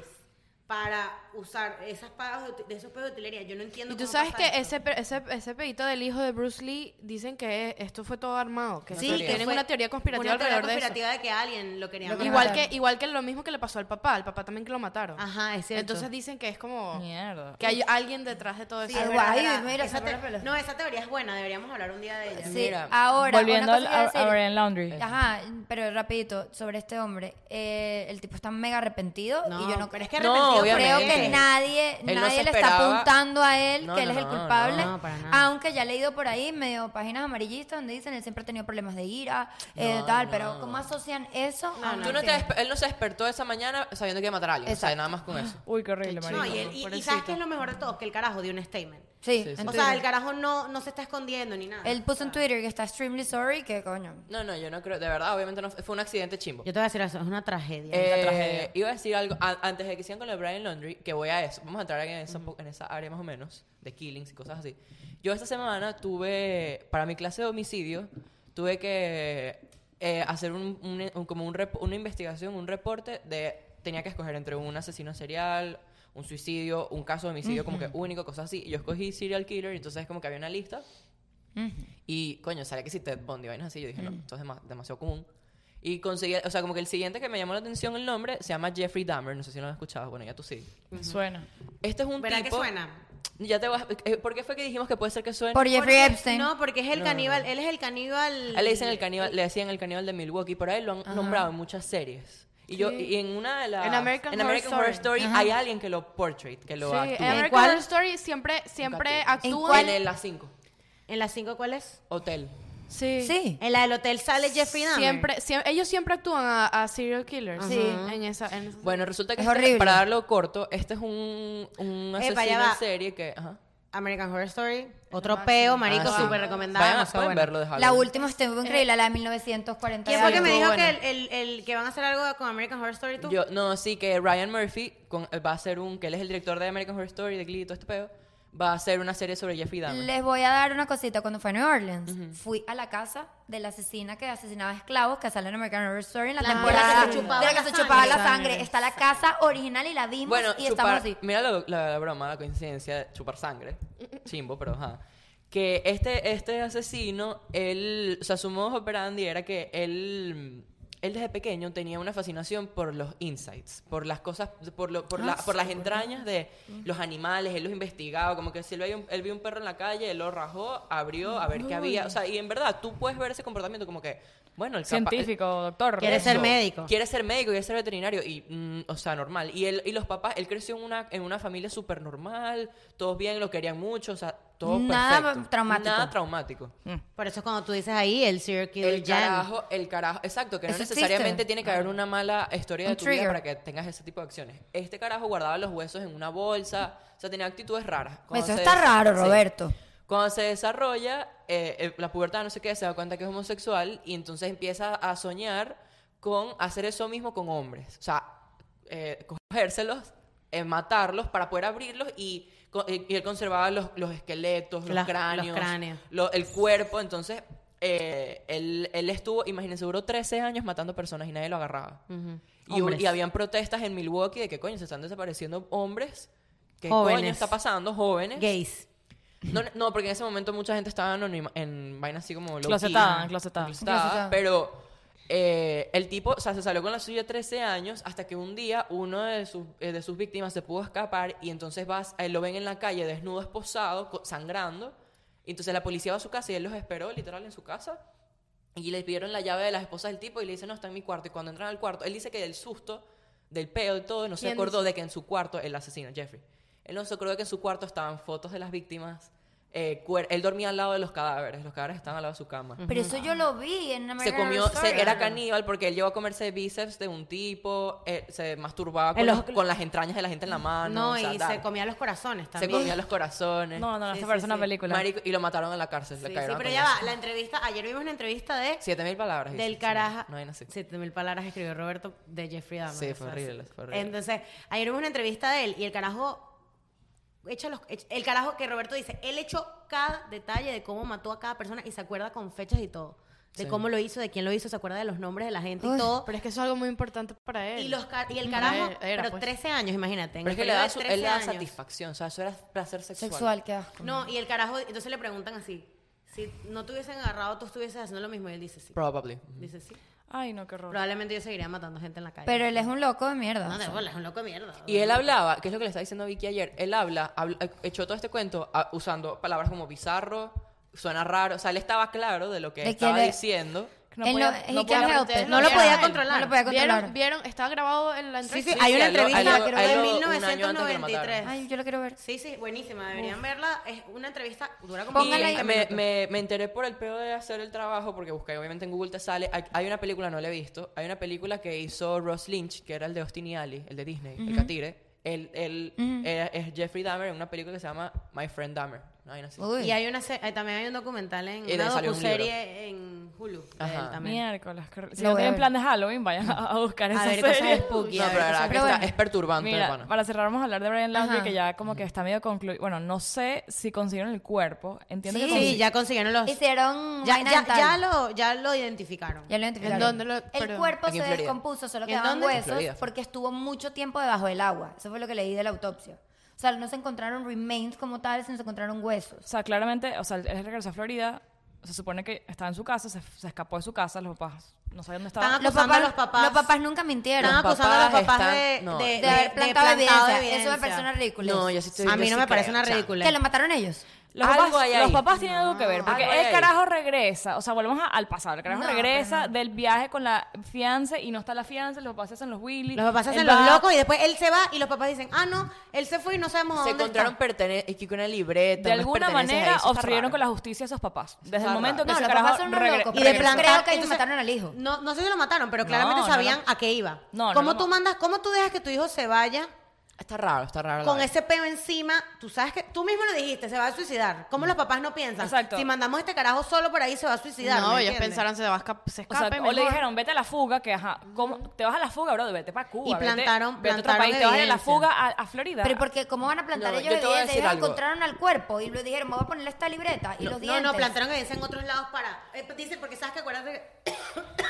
para usar esas pagas de, uti- de esos pedos de utilería. Yo no entiendo
Y tú
cómo
sabes
pasa
que
esto.
ese, pe- ese, ese pedito del hijo de Bruce Lee dicen que esto fue todo armado. Que
Una
sí,
teoría.
tienen
fue
una teoría conspirativa
una teoría
alrededor
conspirativa de, que alguien lo quería
Lo
de
matar.
eso. Igual
mataron.
que, igual que lo mismo que le pasó al papá. Al papá también que lo mataron.
Ajá, es cierto.
Entonces dicen que es como...
Mierda.
Que hay alguien detrás de todo
Sí,
eso.
es
Algo
verdad,
ahí,
verdad.
mira,
Esa
sacar la
te-
pelota.
No, esa teoría es buena, deberíamos hablar un día de ella.
Sí,
Mira,
ahora,
Volviendo
una cosa que
al-
iba
a,
a decir-
a Brian Laundry.
Ajá, pero rapidito, sobre este hombre. eh, el tipo está mega arrepentido
No,
y yo no
pero es que
No,
arrepentido
creo
obviamente.
que nadie,
Él no
nadie
se
le está
esperaba.
apuntando a él
No,
que él
no,
es el
no,
culpable.
no, para nada.
Aunque ya he leído por ahí medio páginas amarillistas donde dicen él siempre ha tenido problemas de ira, eh,
No,
tal,
no.
pero ¿cómo asocian eso? a un
Tú no te
crimen?
despe- él no se despertó esa mañana sabiendo que iba a matar a alguien. O sea,
Exacto.
nada más con eso.
Uy, qué horrible, marico.
No, y, el- y- y sabes qué es lo mejor de todo, que el carajo dio un statement.
Sí,
Sí, sí.
en
O sea,
Twitter.
el carajo no, no se está escondiendo ni nada.
Él puso en Twitter que está extremely sorry, que coño.
No, no, yo no creo. De verdad, obviamente no fue fue un accidente chimbo.
Yo te voy a decir eso, es una tragedia.
Eh,
tragedia.
Iba a decir algo a- antes de que sigan con lo de Brian Laundry, que voy a eso. Vamos a entrar en esa, po- en esa área más o menos de killings y cosas así. Yo esta semana tuve, para mi clase de homicidio, tuve que eh, hacer un, un- un- como un rep- una investigación, un reporte de. Tenía que escoger entre un asesino serial, un suicidio, un caso de homicidio como que único, cosas así. Y yo escogí serial killer, entonces como que había una lista. Y, coño, sabía que si Ted Bundy, vainas así, yo dije,
Mm.
no, esto es dema- demasiado común. Y conseguí, o sea, como que el siguiente que me llamó la atención el nombre se llama Jeffrey Dahmer, no sé si lo han escuchado, bueno, ya tú sí.
Suena.
Este es un
¿Verdad que
tipo...
suena?
Ya te vas... eh, ¿Por qué fue que dijimos que puede ser que suene?
Por Jeffrey
Porque-
Epstein.
No, porque es el
No, no,
caníbal, él es el caníbal.
Ah, Le, dicen el caníbal, le decían el caníbal de Milwaukee, por ahí lo han nombrado en muchas series. Y yo, y en una de las...
En American Horror
Horror
Story.
Story, hay alguien que lo portrait, que lo
Sí, en
actúa.
American
¿En cuál?
Horror Story siempre, siempre
Nunca
¿En
actúan.
cuál?
En el A5,
¿En las cinco cuál es?
Hotel.
Sí.
Sí.
eh,
En la del hotel sale Jeffrey Dahmer.
Siempre, siem- ellos siempre actúan a, a serial killers.
Sí.
En esa, en esa-
Bueno, resulta que
Es
este-
horrible.
para darlo corto, este es un, un
Epa, ya
asesino
va.
en serie que... ajá.
American Horror Story. Otro peo, marico,
Ah, sí.
súper recomendado.
Vayan a-
demasiado
pueden
bueno.
verlo, déjalo.
La última estuvo
eh,
increíble, la de 1940.
¿Quién fue
y
que
algo.
me dijo
Estuvo
que,
bueno.
el, el- el que van a hacer algo con American Horror Story tú?
Yo, no, sí, que Ryan Murphy con- va a ser un, que él es el director de American Horror Story, de Glee y todo este pedo, va a hacer una serie sobre Jeffrey Dahmer.
Les voy a dar una cosita. Cuando fue a New Orleans, fui a la casa de la asesina que asesinaba esclavos que sale en American Horror Story en la,
La
temporada
que se chupaba
de la que
la
se chupaba la
sangre.
sangre. Está la casa original y la vimos
Bueno,
y estamos
chupar-
así.
mira lo- la, la broma, la coincidencia de chupar sangre. Chimbo, pero ajá. Que este, este asesino, él, o sea, su modo operandi era que él, él desde pequeño tenía una fascinación por los insights, por las cosas, por, lo-
Ah,
por, la- por las entrañas de los animales, él los investigaba, como que si él veía un, él vio un perro en la calle, él lo rajó, abrió a ver qué había, o sea, y en verdad tú puedes ver ese comportamiento como que, bueno, el capa- el-
Científico, doctor.
Quiere
eso.
ser médico.
Quiere ser médico, quiere ser veterinario. Y, mm, o sea, normal. Y él y los papás, él creció en una, en una familia súper normal. Todos bien, lo querían mucho. O sea, todo
Nada
perfecto.
traumático. Mm.
Nada traumático.
Por eso cuando tú dices ahí, el serial killer
El
Jan.
carajo, el carajo. Exacto, que no
Eso existe.
necesariamente tiene que haber una mala historia de
Un
tu
trigger.
vida para que tengas ese tipo de acciones. Este carajo guardaba los huesos en una bolsa. O sea, tenía actitudes raras. Cuando
Pues Eso
se
está
des-
raro,
sí.
Roberto.
Cuando se desarrolla eh, eh, la pubertad, no sé qué, se da cuenta que es homosexual y entonces empieza a soñar con hacer eso mismo con hombres. O sea, eh, cogérselos, eh, matarlos para poder abrirlos y, co- eh, y él conservaba los, los esqueletos, los,
Las- los
cráneos,
cráneos.
lo- el cuerpo. Entonces, eh, él, él estuvo, imagínense, duró 13 años matando personas y nadie lo agarraba. y, hu-
Hombres.
y habían protestas en Milwaukee de que, coño, se están desapareciendo hombres. ¿Qué coño
Jóvenes.
está pasando? Jóvenes.
Gays.
No, no, porque en ese momento mucha gente estaba anonima, en vaina así como low-key.
Closetada, closetada.
Closetada.
Pero eh, el tipo, o sea, se salió con la suya 13 años hasta que un día uno de sus, eh, de sus víctimas se pudo escapar y entonces vas, a él lo ven en la calle desnudo, esposado, co- sangrando. Y entonces la policía va a su casa y él los esperó literal en su casa. Y le pidieron la llave de las esposas del tipo y le dicen, no, está en mi cuarto. Y cuando entran al cuarto, él dice que del susto, del peo y todo, no se
¿Quién
acordó
dice?
de que en su cuarto, el asesino, Jeffrey, él no se acordó de que en su cuarto estaban fotos de las víctimas. eh, cuer- él dormía al lado de los cadáveres, los cadáveres estaban al lado de su cama.
Mm.
Pero eso yo lo vi en
Se
American
comió,
Horror
se-
Story.
era caníbal porque él llegó a comerse bíceps de un tipo, eh, se masturbaba con,
En los- Mm.
los- con las entrañas de la gente en la mano.
No,
Ah, o sea,
y
dale.
se comía los corazones
Se
también.
comía los corazones.
No, no, no,
Sí,
esta
sí,
persona
sí.
película.
Marico, y lo mataron en la cárcel.
Sí, sí, pero ya va, la entrevista, ayer vimos una entrevista de
Siete mil palabras. dice,
del
sí,
caraja.
No hay nada así.
7000 palabras escribió Roberto de Jeffrey Dahmer.
Sí,
o
fue
sea,
horrible,
sí.
fue horrible.
Entonces, ayer hubo una entrevista de él y el carajo echa los echa- el carajo que Roberto dice, él echó cada detalle de cómo mató a cada persona y se acuerda con fechas y todo. De
Sí.
cómo lo hizo, de quién lo hizo, se acuerda de los nombres de la gente y
Uy,
todo.
Pero es que eso es algo muy importante para él.
Y, los ca- y el
Para
carajo,
él, era,
pero
pues.
13 años, imagínate. en el
Pero es que le
periodo
da,
de
su-
13
él le da
años.
satisfacción, o sea, eso era placer sexual.
Sexual, qué asco.
No, y el carajo, entonces le preguntan así, si no te hubiesen agarrado, tú estuvieses haciendo lo mismo. Y él dice sí.
Probably.
Dice sí.
Ay, no, qué horror.
Probablemente yo seguiría matando gente en la calle.
Pero él es un loco de mierda.
No,
o
de
sea.
bola, es un loco de mierda.
Y él hablaba, que es lo que le estaba diciendo Vicky ayer, él habla, habl- echó todo este cuento ah, usando palabras como bizarro, suena raro, o sea, él estaba claro de lo que
De que
estaba
él-
diciendo.
No
Él
podía-
no- he
no
can't
podía
help it.
ustedes
pues. No
lo
lo
vieron a
podía
él.
controlar. No lo podía controlar.
¿Vieron? ¿Vieron? Está grabado en la
Sí,
entrevista.
sí, hay una
a él lo- a él
entrevista
lo-
creo
a él
de
lo- un año antes que lo mataron.
1993.
Ay, yo lo quiero ver.
Sí, sí, buenísima, deberían verla. Es una entrevista, dura como
Póngala
Y
ahí.
15
me,
minutos.
me, me enteré por el peo de hacer el trabajo, porque busqué, obviamente en Google te sale. Hay, hay una película, no la he visto, hay una película que hizo Ross Lynch, que era el de Austin y Ali, el de Disney, el catire. Él, él era- es Jeffrey Dahmer en una película que se llama My Friend Dahmer. No, hay una así.
Uy.
Y hay una se- eh, también hay un documental en
Y de
una
ahí salió un
docuserie en Hulu. de
Ajá.
él también.
Miércoles. qué horror. Si
Lo
no
voy a
tienen
ver.
plan de Halloween, vayan a, a buscar esa
A ver
serie.
cosas spooky.
No,
a
pero
ver cosas-
la verdad que
Pero
está-
bueno.
es perturbante.
Mira,
pana.
para cerrar vamos a hablar de Brian Laundrie,
Ajá.
que ya como que está medio concluido. Bueno, no sé si consiguieron el cuerpo. Entiendo
Sí.
que
Sí,
consi-
ya consiguieron los...
Hicieron.
Ya,
vaina
ya,
dental.
ya lo, ya lo identificaron.
Ya lo identificaron.
¿En dónde lo-
el
pero-
cuerpo
Aquí
se
en Florida.
descompuso, solo
¿En
quedaban
dónde?
En Florida.
huesos porque estuvo mucho tiempo debajo del agua. Eso fue lo que leí de la autopsia. O sea, no se encontraron remains como tal, sino se encontraron
O
huesos.
sea, claramente, o sea, él regresó a Florida, se supone que estaba en su casa, se, se escapó de su casa, los papás no sabían dónde estaba.
Están acusando a los papás.
los papás nunca mintieron.
Están
Los
acusando a los
papás
papás
están-
de,
no.
de,
de haber plantado, evidencia. Eso me parece una ridícula.
No, yo sí estoy-
A
yo
mí no
sí
me parece
creo,
una
o sea,
ridícula.
Que lo mataron ellos.
Los
Algo
papás,
hay ahí.
los papás tienen algo que ver, porque
Algo hay
el
ahí.
carajo regresa, o sea, volvemos a- al pasado, el carajo
No,
regresa
pero no.
del viaje con la fianza y no está la fianza, los papás se hacen los Willy.
Los papás se
él
hacen los
va-
locos y después él se va y los papás dicen, ah, no, él se fue y no sabemos a
Se
dónde
encontraron
está.
pertenencias, que una libreta.
De
unas
alguna
pertenencias ahí,
manera
eso está
obstruyeron
raro.
con la justicia a esos papás. Desde
está
el momento
raro.
que
No,
ese
los
carajo
papás son unos
regre-
locos,
Y
Pero
de
yo
regresa.
plantar,
creo que ellos
entonces,
mataron al hijo.
No, no sé si lo mataron, pero claramente
no lo
sabían
mataron.
a qué iba.
No, no
¿Cómo
lo
tú
ma-
mandas, cómo tú dejas que tu hijo se vaya
Está raro, está raro. la
con
vaina.
ese peo encima, tú sabes que tú mismo lo dijiste, se va a suicidar. ¿Cómo los papás no piensan?
Exacto.
Si mandamos a este carajo solo por ahí, se va a suicidar.
no,
¿me
ellos
entiendes?
pensaron se va a escapar. Se
O, sea,
escape
o le
mejor.
dijeron, vete a la fuga, que ajá, ¿cómo? te vas a la fuga, bro, vete para Cuba.
Y
vete-
plantaron-
vete a otro
plantaron
país, te vas a la
evidencia.
fuga a, a Florida.
Pero porque cómo van a plantar
No,
ellos
yo te voy a
evidencia?
decir
Ellos
algo.
encontraron al cuerpo y le dijeron, me voy a ponerle esta libreta y
No,
los
no,
dientes.
no, plantaron evidencia en otros lados para. eh, dicen, porque sabes que acuérdate que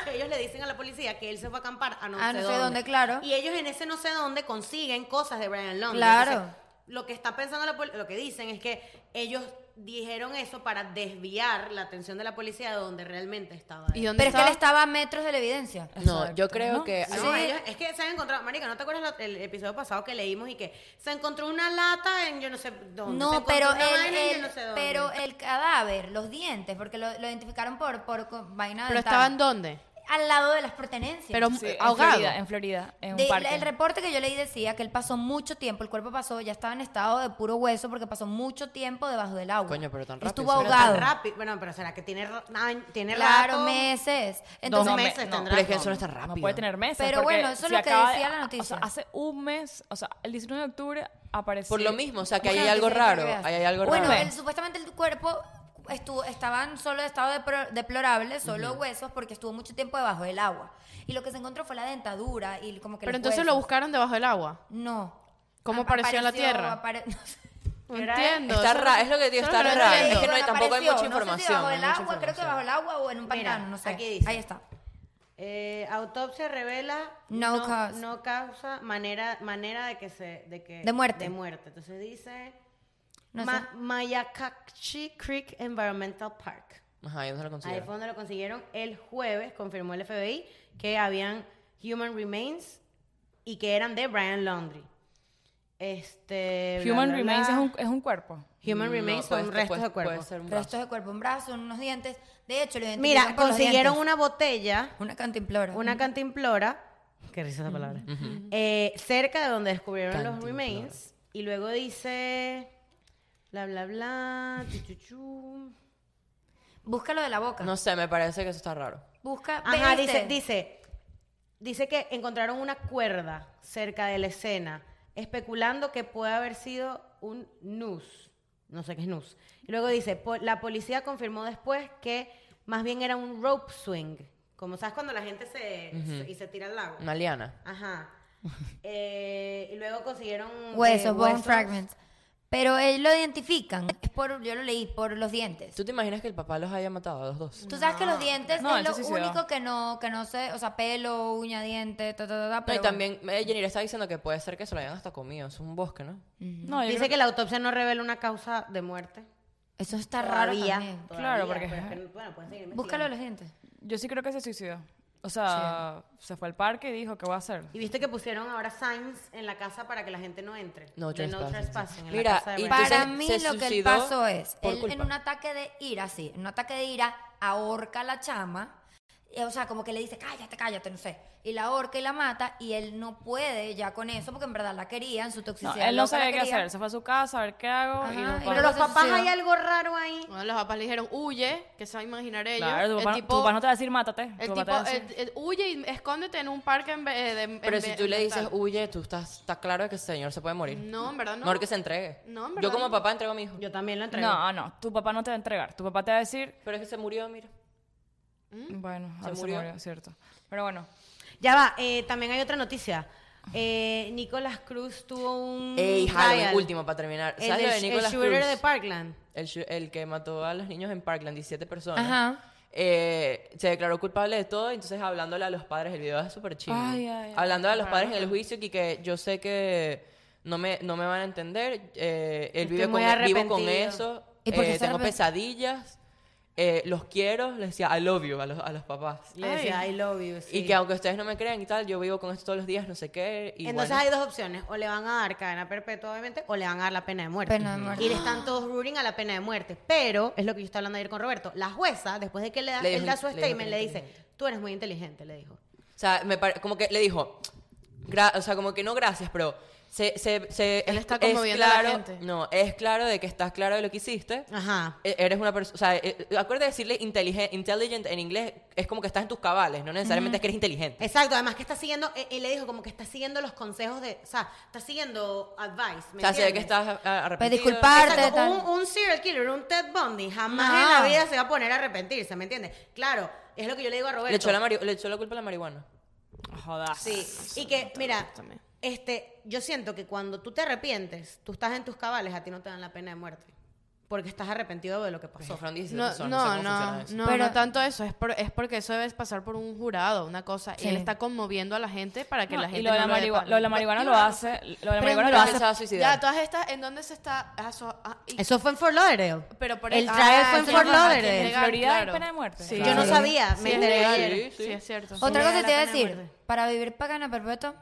ellos le dicen a la policía que él se fue a acampar a no,
A
sé,
Ah, no sé
dónde.
dónde, claro.
Y ellos en ese no sé dónde consiguen cosas de Brian Long.
Claro.
lo que está pensando la poli- lo que dicen es que ellos dijeron eso para desviar la atención de la policía de donde realmente estaba. él.
¿Y dónde
Pero es que él
estaba?
estaba a metros de la evidencia.
No, yo
Exacto,
creo
¿no?
que.
Ah, No,
Sí.
ellos- es que se han encontrado, Marica, ¿no te acuerdas la- el episodio pasado que leímos y que se encontró una lata en yo no sé dónde? se
No,
encontró
pero
una
el,
vaina en
el-
yo no sé dónde?
pero el cadáver, los dientes, porque lo, lo identificaron por, por co- vaina
¿Pero
dental.
estaban dónde?
al lado de las pertenencias.
Pero
Sí,
ahogado.
En Florida, en Florida, en un
mm, De-
parque.
el reporte que yo leí decía que él pasó mucho tiempo, el cuerpo pasó, ya estaba en estado de puro hueso porque pasó mucho tiempo debajo del agua.
Coño, pero tan
Estuvo
rápido,
Pero
será.
tan
ahogado.
rápido. Bueno, pero será que tiene, ra- na- tiene
Claro,
rato?
meses.
Dos
Entonces,
me-
meses
no,
tendrá.
Pero es que eso no es tan rápido.
No puede tener meses.
Pero
porque
bueno, eso es
si
lo que
acaba de-
decía la
o sea,
noticia.
hace un mes, o sea, el 19 de octubre apareció.
Por lo mismo, o sea, que ahí
Bueno,
hay algo
dice que
raro.
veas.
Ahí hay algo
bueno,
raro.
el- supuestamente el cuerpo estuvo, estaba en solo estado depro- deplorable, solo huesos, porque estuvo mucho tiempo debajo del agua. Y lo que se encontró fue la dentadura y como que
Pero
los
entonces lo
huesos.
buscaron debajo del agua.
No.
¿Cómo
A-
apareció en la tierra?
apare- no sé.
No entiendo.
Está
eso
ra-
no-
es lo que digo,
eso no
está
lo
raro.
entiendo.
Es que no hay-
Pero
tampoco hay
apareció,
mucha
No
información,
sé si bajo
no hay
el
mucha
agua, creo que
información.
bajo el agua o en un
Mira,
pantano, no sé.
aquí dice.
Ahí está.
Eh, autopsia revela
No cause.
no causa manera, manera de que se... De, que,
De muerte.
De muerte. Entonces dice...
No
Ma-
sé.
Mayakachi Creek Environmental Park.
Ajá, yo no lo
Ahí fue
considero.
donde lo consiguieron el jueves, confirmó el FBI, que habían human remains y que eran de Brian Laundrie. Este... bla,
Human
bla,
Remains
bla.
es un, pues, es un cuerpo.
Human
No,
remains
puede
son
ser-
restos
puede-
de cuerpo.
puede ser un brazo.
Restos de cuerpo, un brazo, unos dientes. De hecho, lo identifican
Mira,
por los
consiguieron
dientes.
una botella,
Una cantimplora.
una cantimplora, qué risa esa palabra, eh, cerca de donde descubrieron los
Cantimplora.
remains, y luego dice, bla, bla, bla, chu, chu, chu.
Busca lo de la boca.
No sé, me parece que eso está raro.
Busca.
Ajá,
ve
dice,
este.
dice, dice que encontraron una cuerda cerca de la escena, especulando que puede haber sido un nus. No sé qué es nus. Y luego dice, "Po- la policía confirmó después que más bien era un rope swing. Como sabes cuando la gente se, se- y se tira al lago.
Una liana.
Ajá. Eh, y luego consiguieron eh,
Huesos, bone fragments. Pero ellos lo identifican. Es por, yo lo leí, por los dientes.
¿Tú te imaginas que el papá los haya matado a los dos?
Tú sabes que los dientes
No,
es
él
lo
se suicidó.
único que no, que no sé, o sea, pelo, uña, diente, ta, ta, ta, ta,
No,
pero
y
bueno.
también, eh, Jenny le estaba diciendo que puede ser que se lo hayan hasta comido. Es un bosque, ¿no?
No, yo
Dice
creo
que la autopsia no revela una causa de muerte.
Eso está raro también.
Claro, porque-
pero es que, bueno, pueden seguir
Búscalo de
investigando.
los dientes.
Yo sí creo que se suicidó. O sea, se fue al parque y dijo, ¿qué voy a hacer?
Y viste que pusieron ahora signs en la casa para que la gente no entre.
No
De
trespassing, sí.
trespassing en
Mira,
la casa de
y
Brian.
entonces
Para mí
se
lo que él
suicidó
pasó es,
por
él en
culpa.
un ataque de ira, sí, en un ataque de ira, ahorca a la chama, eh, o sea, como que le dice, cállate, cállate, no sé, y la ahorca y la mata, y él no puede ya con eso, porque en verdad la quería, en su
No,
toxicidad.
él no
loca la
sabía qué
quería.
hacer. Se fue a su casa a ver qué hago.
Ajá,
y
y
los
Pero
papás-
los
Entonces,
papás
sí.
hay algo raro ahí.
Bueno, los papás le dijeron, huye, que se va a imaginar ellos.
Claro, tu
el
papá, tu
tipo,
papá no te va a decir, mátate. Tu
el
papá te
tipo
va a decir-
el- el- huye y escóndete en un parque en vez de... en
Pero
vez-
si tú le
en
dices,
tal".
huye, tú estás, está claro que ese señor se puede morir.
No, en verdad no.
Mejor que se entregue.
No, en
Yo
verdad
como
no.
papá entrego a mi hijo.
Yo también lo entrego.
No, no, tu papá no te va a entregar. Tu papá te va a decir,
Pero es que se murió, mira.
¿Mm?
bueno, ahora se
murió.
murió, cierto. Pero bueno,
Ya va, eh, también hay otra noticia. Eh, Nicolás Cruz tuvo un.
Ey, Halloween,
trial.
último para terminar.
Mm, El,
¿Sabes lo
de-
de
el
Nicolas
shooter
Cruz?
de Parkland.
El, shu- el que mató a los niños en Parkland, 17 personas.
Ajá.
Eh, se declaró culpable de todo, entonces hablándole a los padres, el video es súper chido.
Ay, ay, ay.
hablándole a los padres en el juicio, y que yo sé que no me, no me van a entender, eh, él
Estoy
vive
muy
con, vivo con
arrepentido.
eso,
¿Y por qué
eh,
se
tengo
arrepent-
pesadillas, eh, los quiero, le decía I love you a los, a los papás.
Le decía, I love you. sí.
Y que aunque ustedes no me crean y tal, yo vivo con esto todos los días, no sé qué. Y
Entonces
bueno.
hay dos opciones. O le van a dar cadena perpetua, obviamente, o le van a dar la pena de muerte.
Pena de muerte. Ah.
Y le están todos ruling a la pena de muerte. Pero, es lo que yo estaba hablando ayer con Roberto, la jueza, después de que le da,
Le dijo
él da
in-
su
le dijo
statement,
que
le
era
dice, tú eres muy inteligente, le dijo.
O sea, me pare- como que le dijo, gra- o sea, como que no gracias, pero se, se, se-
Él
es-
está
es
conmoviendo a la
claro-
gente.
No, es claro de que estás claro de lo que hiciste.
Ajá.
E- Eres una persona, o sea, e- e- acuérdate de decirle inteligent, intelligent en inglés, es como que estás en tus cabales, no necesariamente es que eres inteligente.
Exacto, además que está siguiendo, eh, él le dijo como que está siguiendo los consejos de, o sea, está siguiendo advice, Eh, ¿me
o sea, se ve que
entiendes?
estás a- a- arrepentido.
disculpar. Parte
Exacto,
de tal.
un, un serial killer, un Ted Bundy, jamás
No.
en la vida se va a poner a arrepentirse, ¿me entiendes? Claro, es lo que yo le digo a Roberto.
Le echó, la mari- le echó la culpa a la marihuana.
Jodas.
Ah,
Sí, y que, mira,
también.
este, yo siento que cuando tú te arrepientes, tú estás en tus cabales, a ti no te dan la pena de muerte, porque estás arrepentido de lo que pasó.
Eso fueron 16
No,
personas, sé
no,
cómo funciona
no,
eso.
no,
Pero-
no tanto eso. Es, por- es porque eso debe pasar por un jurado, una cosa.
Sí.
Y él está conmoviendo a la gente para que
No,
la gente
y lo de
no
la,
lo dé
marihua-
palo.
lo de la marihuana lo hace, lo de la
Pero
marihuana
en
Pero
lo hace
pensaba
Ya,
suicidar.
todas estas, ¿en dónde se está? Ah, so- ah, y-
Eso fue en Fort Lauderdale.
pero por
el
ah,
trial fue en
eso
Fort
es verdad, que es
Lauderdale.
en
legal,
Florida
claro.
hay pena de muerte.
Sí.
Yo no
Sí.
sabía, me
Sí, es
enteré
legal.
ayer.
Sí, sí.
Sí, es cierto. sí.
Otra
Sí,
cosa que
la
te iba a
pena de
decir,
muerte.
para vivir pagana perpetua,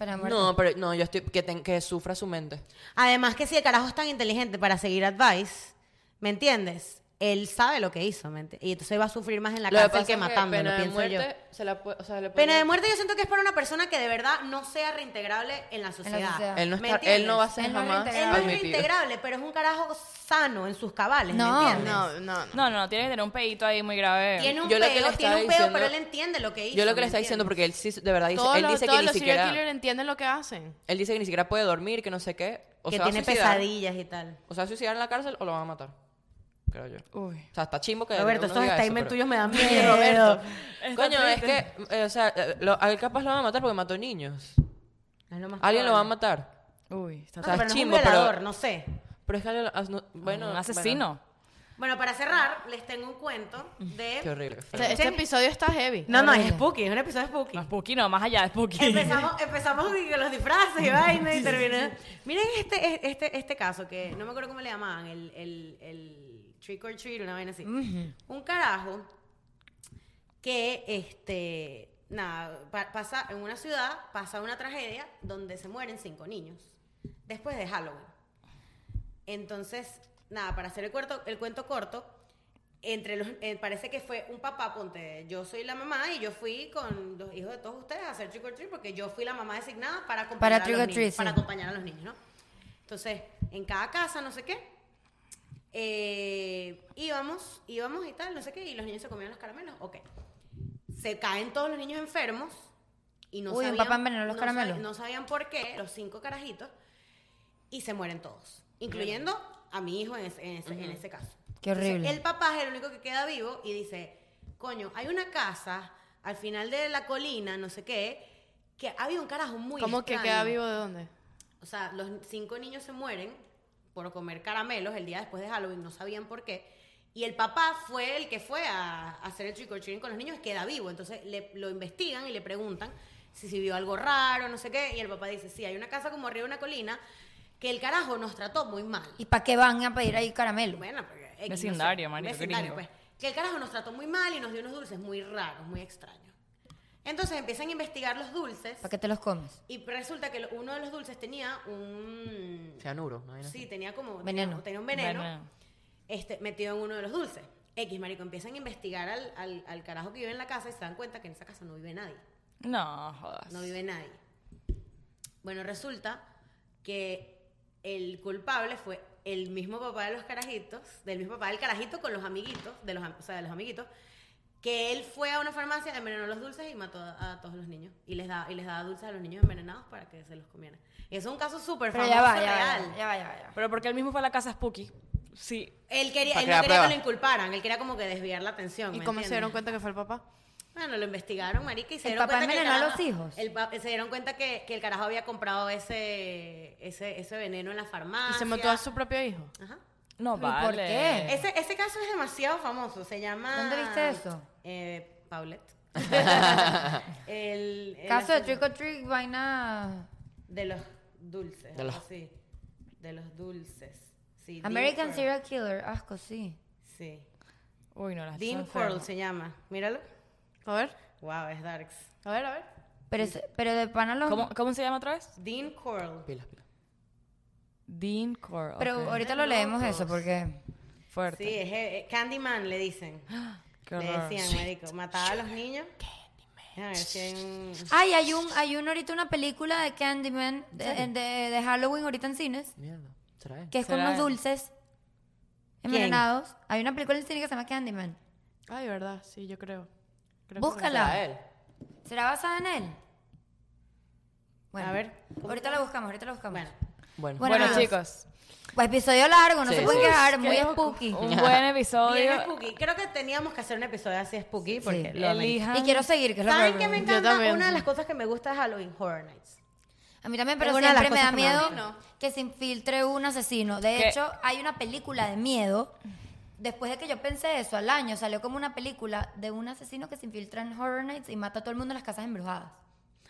pena de muerte.
No, pero no, yo estoy que, ten- que sufra su mente.
Además que si el carajo es tan inteligente para seguir advice, ¿me entiendes? Él sabe lo que hizo, ¿me enti- Y entonces va a sufrir más en la
Lo
cárcel
pasa
que
es
matándolo,
pena de
pienso yo.
muerte se la pu- o sea, le
Pena de
ponen-
muerte yo siento que es para una persona que de verdad no sea reintegrable en la sociedad.
sociedad.
Él no,
¿me
está- él no va a
entiendes?
ser
Él no es
Él
jamás
no es
admitido.
reintegrable, pero es un carajo sano en sus cabales, ¿me
No.
entiendes?
No, no, no.
No, no, no, tiene que tener un pedito ahí muy grave.
Tiene un
Yo lo que le
peo,
estaba
tiene un peo,
diciendo-
pero él entiende lo que hizo.
Yo lo que
¿me
le está diciendo,
entiendes?
porque él sí, de verdad dice,
Todos
él
los,
dice
todos
que ni
los serial
siquiera,
killers entienden lo que hacen.
él dice que ni siquiera puede dormir, que no sé qué, o
que
se va a
tiene
suicidar.
pesadillas y tal.
O sea, suicidar en la cárcel o lo van a matar. Creo yo.
Uy.
O sea, está chimbo que.
Roberto,
uno
estos
diga eso,
statements
pero-
tuyos me dan miedo. Roberto.
Coño, es que. eh, o sea, eh, lo- a él capaz lo van a matar porque mató niños. Alguien lo va a matar.
Uy,
Este,
está
O sea,
Ah, pero
es
no
chimbo,
es un
pero-
violador, no sé.
Pero es que alguien. lo- as- no-
bueno,
Bueno.
un asesino.
Bueno, para cerrar, les tengo un cuento
bueno, qué
de...
horrible.
O sea, este
Chen-
episodio está heavy.
No, no, es
Horrible.
spooky, es un episodio spooky.
No, Spooky no, más allá de Spooky.
Empezamos, empezamos con los disfraces y vaina y terminé. Miren este, este, este caso que no me acuerdo cómo le llamaban, el, el, el trick or treat, una vaina así. Un carajo que, este, nada, pa- pasa en una ciudad, pasa una tragedia donde se mueren cinco niños después de Halloween. Entonces, nada, para hacer el, cuerto- el cuento corto, entre los, eh, parece que fue un papá, ponte, yo soy la mamá y yo fui con los hijos de todos ustedes a hacer trick or treat porque yo fui la mamá designada para acompañar,
Para
a,
trick
los
or
niños,
treat, sí.
para acompañar a los niños, ¿no? Entonces, en cada casa, no sé qué, eh, íbamos, íbamos y tal, no sé qué, y los niños se comían los caramelos, ok. Se caen todos los niños enfermos y no
Uy, un
sabían...
papá envenenó los
no
caramelos.
sab- no sabían por qué, los cinco carajitos, y se mueren todos, incluyendo a mi hijo en ese, en ese- en ese caso.
Qué
Entonces,
horrible.
el papá es el único que queda vivo y dice, coño, hay una casa al final de la colina, no sé qué, que había un carajo muy
¿Cómo que queda
extraño".
vivo de dónde?
O sea, los cinco niños se mueren por comer caramelos el día después de Halloween, no sabían por qué. Y el papá fue el que fue a, a hacer el trick or treating con los niños, queda vivo. Entonces le- lo investigan y le preguntan si, si vio algo raro, no sé qué. Y el papá dice, sí, hay una casa como arriba de una colina que el carajo nos trató muy mal.
¿Y para qué van a pedir ahí caramelo?
Bueno, porque, X, no
Vecindario,
sé,
marico,
vecindario,
gringo.
pues. Que el carajo nos trató muy mal y nos dio unos dulces muy raros, muy extraños. Entonces empiezan a investigar los dulces
¿Para qué te los comes?
y resulta que lo- uno de los dulces tenía un...
Cianuro. ¿no?
Sí, tenía como... tenía-
Veneno.
Tenía un veneno,
Veneno.
Este, metido en uno de los dulces. X, marico, empiezan a investigar al, al- al carajo que vive en la casa y se dan cuenta que en esa casa no vive nadie.
No, jodas.
No vive nadie. Bueno, resulta que el culpable fue el mismo papá de los carajitos, del mismo papá del carajito con los amiguitos, de los, am- o sea, de los amiguitos, que él fue a una farmacia, envenenó los dulces y mató a, a todos los niños. Y les, daba, y les daba dulces a los niños envenenados para que se los comieran. Y eso es un caso súper
Pero
famoso,
ya va, ya va,
real.
ya va, ya va, ya va, ya va.
Pero porque él mismo fue a la casa Spooky. Sí.
Él, quería,
Para
él no
crear
quería
prueba.
que lo inculparan, él quería como que desviar la atención.
¿Y
¿me
cómo se dieron
entiendes?
cuenta que fue el papá?
Bueno, lo investigaron, marica, y se
¿El
dieron
papá
cuenta que el
envenenó a
carajo-
los hijos?
el pa- se dieron cuenta que, que el carajo había comprado ese, ese, ese veneno en la farmacia.
¿Y se mató a su propio hijo?
Ajá.
No,
¿Pero
vale.
por qué?
Ese, ese caso es demasiado famoso, se llama...
¿Dónde viste eso?
Eh, Paulette. el, el
Caso de
asunto
trick or treat, vaina...
De los dulces.
De
algo
los-
así. De los dulces. Sí, Dean
American
Pearl.
Serial Killer, asco, sí.
Sí.
Uy, no, las
Dean Pearl se llama. Míralo.
A ver,
Wow, es darks.
a ver, a ver.
Pero, ese- pero de pana los...
¿Cómo, ¿Cómo se llama otra vez?
Dean Pearl.
Pilas, pilas.
Dean Core.
Pero
ok.
ahorita lo leemos eso, porque...
Fuerte.
Sí, es, eh, Candyman le dicen.
Qué
Le
horror.
decían, marico, mataba a los niños. A ver si hay un-
Ay, hay un, hay un ahorita una película de Candyman de, de- de Halloween ahorita en cines,
Mierda, ¿será él?
que es con
¿Será
unos
él?
dulces envenenados. Hay una película en cine que se llama Candyman.
Ay, verdad, sí, yo creo. Creo que-
¿Será
Búscala.
él?
¿Será basada en él?
A ver, ¿cómo-
Ahorita la buscamos, ahorita la buscamos.
Bueno,
Bueno,
Bueno,
Bueno,
nada.
chicos.
Pues episodio largo, no
Sí,
se pueden
sí.
quejar, muy
Creo que
spooky.
Un buen episodio.
bien spooky. Creo que teníamos que hacer un episodio así spooky porque lo amerita.
Elijan.
Y quiero seguir, que es lo
¿Saben
peor,
qué me
pero-
encanta?
también.
Una de las cosas que me gusta es Halloween Horror Nights.
A mí también, pero
Es una de las
siempre me da
cosas que más
miedo
me
que se infiltre un asesino. De
¿Qué?
hecho, hay una película de miedo. Después de que yo pensé eso, al año salió como una película de un asesino que se infiltra en Horror Nights y mata a todo el mundo en las casas embrujadas.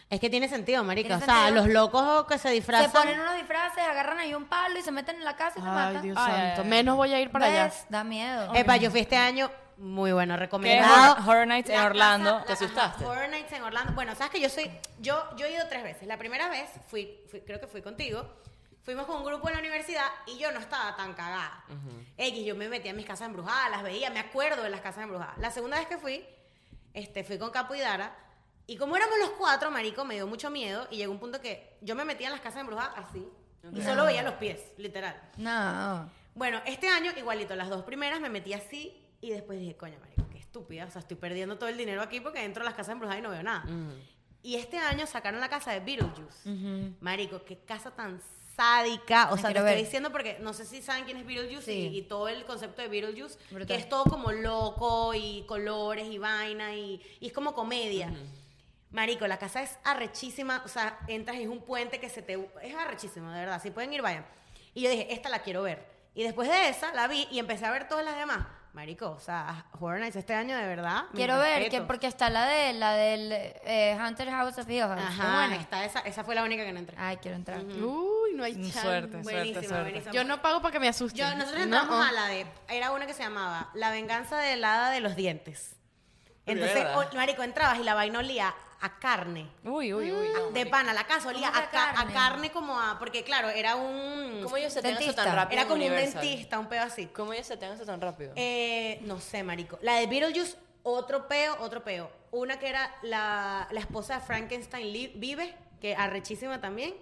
Es que tiene sentido, marica.
Tiene
O sea,
sentido.
los locos que se
Se
disfrazan.
ponen unos disfraces, agarran ahí un palo y se meten en la casa y se
Ay,
matan.
Dios
Ay, ay,
santo.
ay.
Menos voy a ir para allá.
¿Ves? Da miedo.
Epa, yo fui este año, muy bueno,
Que es
recomendado.
Horror, Horror Nights en
La
Orlando.
casa-
¿Te
la-
asustaste?
ajá, Horror Nights en Orlando. Bueno, sabes que yo soy. Yo, yo he ido tres veces. La primera vez, fui, fui- creo que fui contigo. Fuimos con un grupo en la universidad y yo no estaba tan cagada. X, yo me metía en mis casas embrujadas, las veía, me acuerdo de las casas embrujadas. La segunda vez que fui, este, fui con Capo y Dara. Y como éramos los cuatro, marico, me dio mucho miedo. Y llegó un punto que yo me metía en las casas embrujadas así. Y solo veía los pies, literal.
No.
Bueno, este año igualito, las dos primeras me metí así y después dije, coño, marico, qué estúpida, o sea, estoy perdiendo todo el dinero aquí porque entro a las casas embrujadas y no veo nada. Y este año sacaron la casa de Beetlejuice. Marico, qué casa tan sádica, o
La
sea, te
quiero
estoy
ver.
diciendo porque no sé si saben quién es Beetlejuice
Sí.
y, y todo el concepto de Beetlejuice, que
Brutal.
es todo como loco y colores y vaina y, y es como comedia. Marico, la casa es arrechísima, o sea, entras y es un puente que se te... Es arrechísimo, de verdad, si pueden ir, vayan. Y yo dije, esta la quiero ver. Y después de esa, la vi y empecé a ver todas las demás. Marico, o sea, Horror Nights este año, de verdad. mis
Quiero ver, que
respetos.
porque está la de la del eh, Hunter House of Hill House.
Ajá,
Bueno.
está esa, esa fue la única que no entré.
Ay, quiero entrar.
Uy, no hay chance.
Mm, Suerte,
Buenísima,
suerte, suerte.
buenísima.
Yo no pago para que me asusten.
Yo, nosotros
No,
entramos
oh.
a la de. Era una que se llamaba La venganza del hada de los dientes. Entonces,
Mierda.
o- marico, entrabas y la vaina olía a carne.
Uy, uy, uy. no.
De pana, la casa olía
¿Cómo que
a,
a
ca- a
carne?
carne? como a. Porque, claro, era un.
¿Cómo ellos se tienen eso tan
Dentista.
rápido?
Era
en
como un
Universal?
dentista, un pedo así.
¿Cómo ellos se tienen eso tan rápido?
Eh, no sé, marico. La de Beetlejuice, otro peo, otro peo. Una que era la, la esposa de Frankenstein Li- vive, que arrechísima también.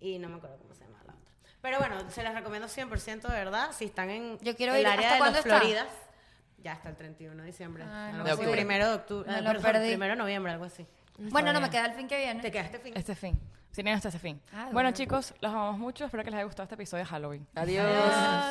Y no me acuerdo cómo se llama la otra. Pero bueno, se las recomiendo 100% de verdad. Si están en
Yo quiero
el
ir. ¿Hasta
área de
cuándo
las
está? Ah,
Floridas. Ya hasta el 31 de diciembre.
Ay,
Algo
no
así.
pude.
Primero de octubre.
Me
eh,
Ah, lo
perdón,
perdí.
primero de noviembre, algo así.
Bueno, no me queda el fin que viene.
Te quedaste fin.
Este fin. Si tienen hasta este fin.
Ah,
bueno,
bueno.
chicos, los amamos mucho. Espero que les haya gustado este episodio de Halloween.
Adiós.